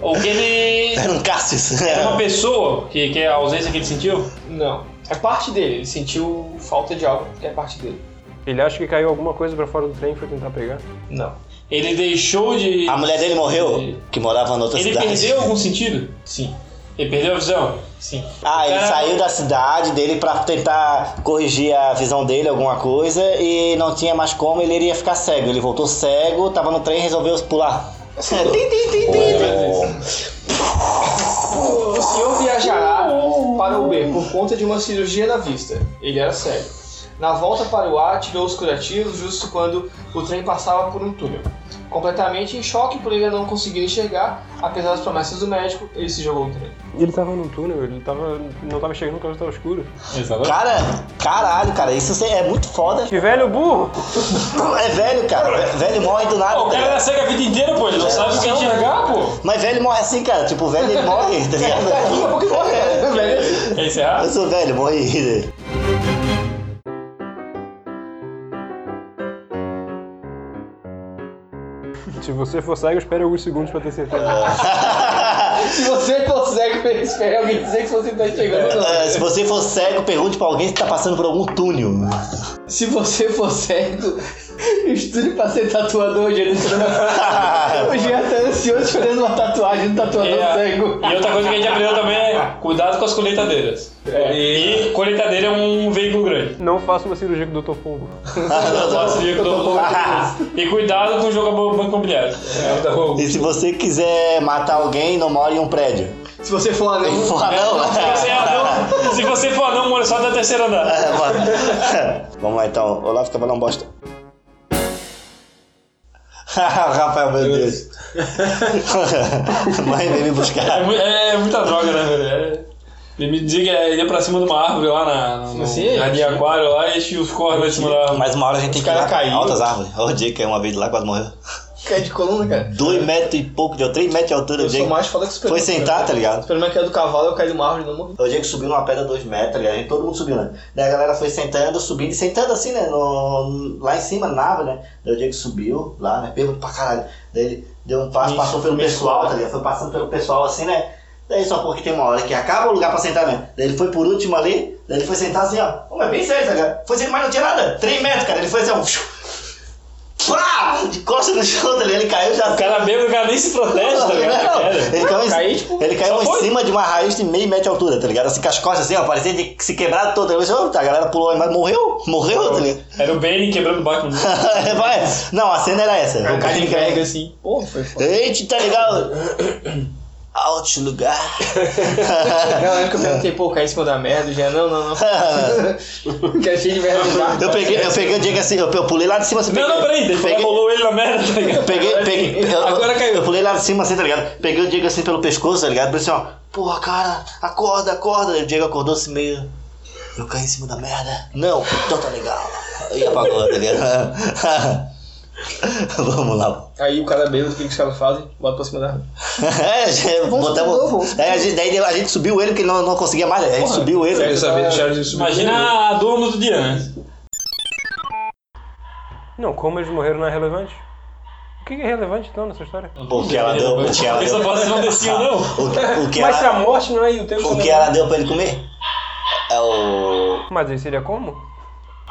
C: Ou que ele.
B: Era um Cassius.
C: É uma pessoa que, que é a ausência que ele sentiu?
A: Não. É parte dele. Ele sentiu falta de algo que é parte dele.
D: Ele acha que caiu alguma coisa pra fora do trem e foi tentar pegar.
A: Não.
C: Ele deixou de.
B: A mulher dele morreu, que morava na outra
C: Ele
B: cidade.
C: perdeu algum sentido? Sim. Ele perdeu a visão? Sim.
B: Ah, ele
C: Cara-
B: saiu da cidade dele pra tentar corrigir a visão dele, alguma coisa, e não tinha mais como, ele iria ficar cego. Ele voltou cego, tava no trem e resolveu pular. Tim, tim, tim, tim.
A: O senhor viajará para o B por conta de uma cirurgia na vista. Ele era cego. Na volta para o A, tirou os curativos justo quando o trem passava por um túnel. Completamente em choque por ele não conseguir enxergar, apesar das promessas do médico, ele se jogou no trem.
D: Ele tava num túnel, ele tava, não tava chegando porque tava escuro.
C: Exatamente.
B: Cara, caralho, cara, isso é muito foda.
D: Que velho burro!
B: É velho, cara. Velho morre do nada.
C: O
B: tá
C: cara
B: ligado?
C: era cego a vida inteira, pô. Ele não sabe o que
A: não,
C: enxergar, pô.
B: Mas velho morre assim, cara. Tipo, velho ele morre, tá ligado?
A: Daqui a pouco ele morreu, velho.
C: É encerrar?
B: Eu sou velho, morri.
D: Se você for cego, espere alguns segundos pra ter certeza.
A: Se você consegue, espere alguém dizer que você tá chegando.
B: É, se
A: não.
B: você for cego, pergunte pra alguém se tá passando por algum túnel.
A: Se você for cego, estude pra ser tatuador, hoje. O Jean tá ansioso fazendo uma tatuagem do tatuador
C: É.
A: cego.
C: E outra coisa que a gente aprendeu também é cuidado com as colheitadeiras. E colheitadeira é um veículo grande.
D: Não faça uma cirurgia com o Dr. Pombo.
C: Eu faço dia que eu dou pouco. E cuidado com o jogo a banco imobiliário.
B: E se você quiser matar alguém, não mora em um prédio.
A: Se você for anão,
B: Se for anão,
C: Se você é anão- Se você for anão, mora só até terceiro andar.
B: É, mano. Vamos lá então, Olavo Cavalão Bosta. Rafael, meu Deus. Mãe veio me
C: É,
B: buscar.
C: mu- é muita droga, né, velho? É- Ele me dizia que ele ia pra cima de uma árvore lá na, no
A: Sim,
C: jardim
A: sim.
C: aquário lá e enchia os cordas em cima da árvore.
B: Mais uma hora a gente tem que ir
A: cara
B: lá.
A: caiu.
B: Altas árvores. Olha o Jake caiu uma vez lá, quase morreu.
A: cai de coluna, cara.
B: Dois metros e pouco, deu três metros de altura.
A: É. Eu
B: o
A: sou
B: Jake.
A: mais foda que o Superman.
B: Foi sentar, tá ligado?
A: O Superman que é do cavalo, eu caí do mármore e não morri.
B: O Diego subiu numa pedra 2 metros, tá ligado? E todo mundo subiu, né? Daí a galera foi sentando, subindo, e sentando assim, né? No- lá em cima, na árvore, né? Daí o Diego subiu lá, né? Bêbado pra caralho. Daí ele deu um passo,
A: Isso,
B: passou pelo
A: isso.
B: pessoal, tá
C: né?
B: ligado? Foi passando pelo pessoal assim, né? Daí só porque tem uma hora que acaba o lugar pra sentar, né? Daí ele foi por último ali, daí ele foi sentar assim, ó. Ô, mas bem sério, tá ligado? Foi assim, mas não tinha nada. 3 metros, cara. Ele foi assim, ó. Pá! De costas no chão, tá ligado? Ele caiu já.
C: O cara bêbado, o cara nem se protege, tá ligado?
B: Não,
C: Sério.
B: ele caiu, em-
A: Caí, tipo,
B: ele caiu
C: só
B: em
C: foi.
B: cima de uma raiz de meio metro de altura, tá ligado? Assim, com as costas assim, ó, parecia de se quebrar toda. Eu pensei, "Ô, tá, a galera pulou, mas morreu? Morreu, tá ligado?
C: Era o Bane quebrando o Batman.
B: Vai. Não, a cena era essa. O cara de
A: Carrega assim. Pô, foi foda.
B: Eita, tá ligado? Alto lugar.
A: Não, eu lembro que eu perguntei, pô, caí em cima da merda, já não, não, não. que é cheio de merda no barco.
B: Eu peguei, eu peguei o Diego assim, eu, eu pulei lá de cima assim.
C: Não,
B: peguei-
C: não, peraí, ele
B: peguei-
C: rolou ele na merda, tá ligado?
B: Peguei, peguei. Eu,
C: Agora
B: eu-
C: caiu.
B: Eu pulei lá de cima assim, tá ligado? Peguei o Diego assim pelo pescoço, tá ligado? Falei assim, ó, porra, cara, acorda, acorda. O Diego acordou assim meio. Eu caí em cima da merda. Não, então tá legal. E apagou, tá ligado? Vamos lá.
A: Aí o cara bêbado, o que que os caras fazem? Bota pra cima da árvore.
B: É, já botamos.
A: novo.
B: Daí a gente, daí a gente subiu ele, que ele não, não conseguia mais. né? A gente subiu ele.
C: Imagina a dor no outro dia, né?
D: Não, como eles morreram não é relevante? O que é relevante então nessa história?
B: O que ela deu, o que ela
C: Essa
B: deu.
C: bosta não descia, não.
B: O que, o que
D: Mas se a
B: ela,
D: morte não é e o tempo
B: o
D: não
B: que
D: é-
B: ela deu pra ele comer? É o.
D: Mas aí seria como?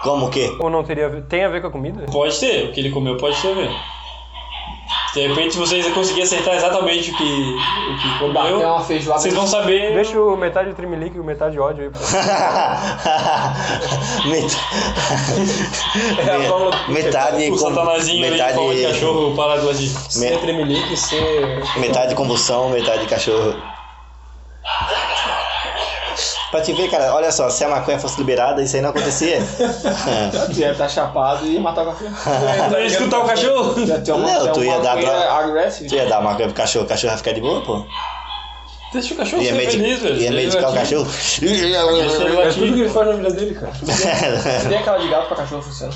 B: Como o quê?
D: Ou não teria a ver... tem a ver com a comida?
C: Pode ter, o que ele comeu pode ter mesmo. De repente, se vocês conseguirem acertar exatamente o que, o que
A: Bateu
C: comeu,
A: uma feijoada.
C: vocês vão saber.
D: Deixa o metade trimelique e o metade ódio aí. pra-
B: Met-
D: a fórmula do
B: metade
C: tá o
B: com-
C: satanazinho ali de
B: metade
C: pau de cachorro parado ali.
B: me-
D: Tremelique ser...
B: metade combustão, metade cachorro. Pra te ver, cara, olha só, se a maconha fosse liberada, isso aí não acontecia.
A: Tu ia estar tá chapado e ia matar o cachorro.
C: Não ia escutar o cachorro?
A: Já tem uma,
B: Não,
A: tem
B: tu ia
A: uma
B: dar
A: maconha
B: pra-
A: agressiva.
B: tu ia dar maconha pro cachorro, o cachorro ia ficar de boa, pô.
C: Deixa o cachorro
B: Ia,
C: ser
B: medi
C: feliz, velho.
B: ia medicar o cachorro. É
C: Deixa ele latir.
D: ele faz na vida dele, cara.
A: Tem aquela de gato pra cachorro funciona.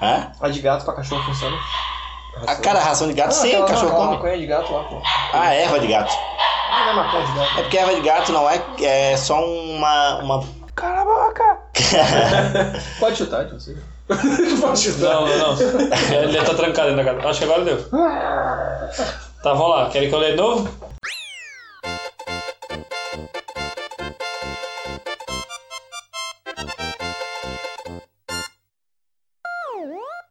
B: Hã?
A: A de gato pra cachorro funciona.
B: A cara, a ração de gato, Ah, sim,
A: aquela,
B: o cachorro
A: não, aquela
B: come.
A: maconha de gato lá, pô.
B: Ah, erva de gato.
A: Não é maconha de gato.
B: É porque erva de gato não é, é só uma, uma
D: Cala a boca!
A: Pode chutar, então, você. Pode chutar.
C: Não, não, não. Ele deve estar trancado dentro da casa. Acho que agora deu. Tá, vamos lá. Tá, Querem que eu leia de novo?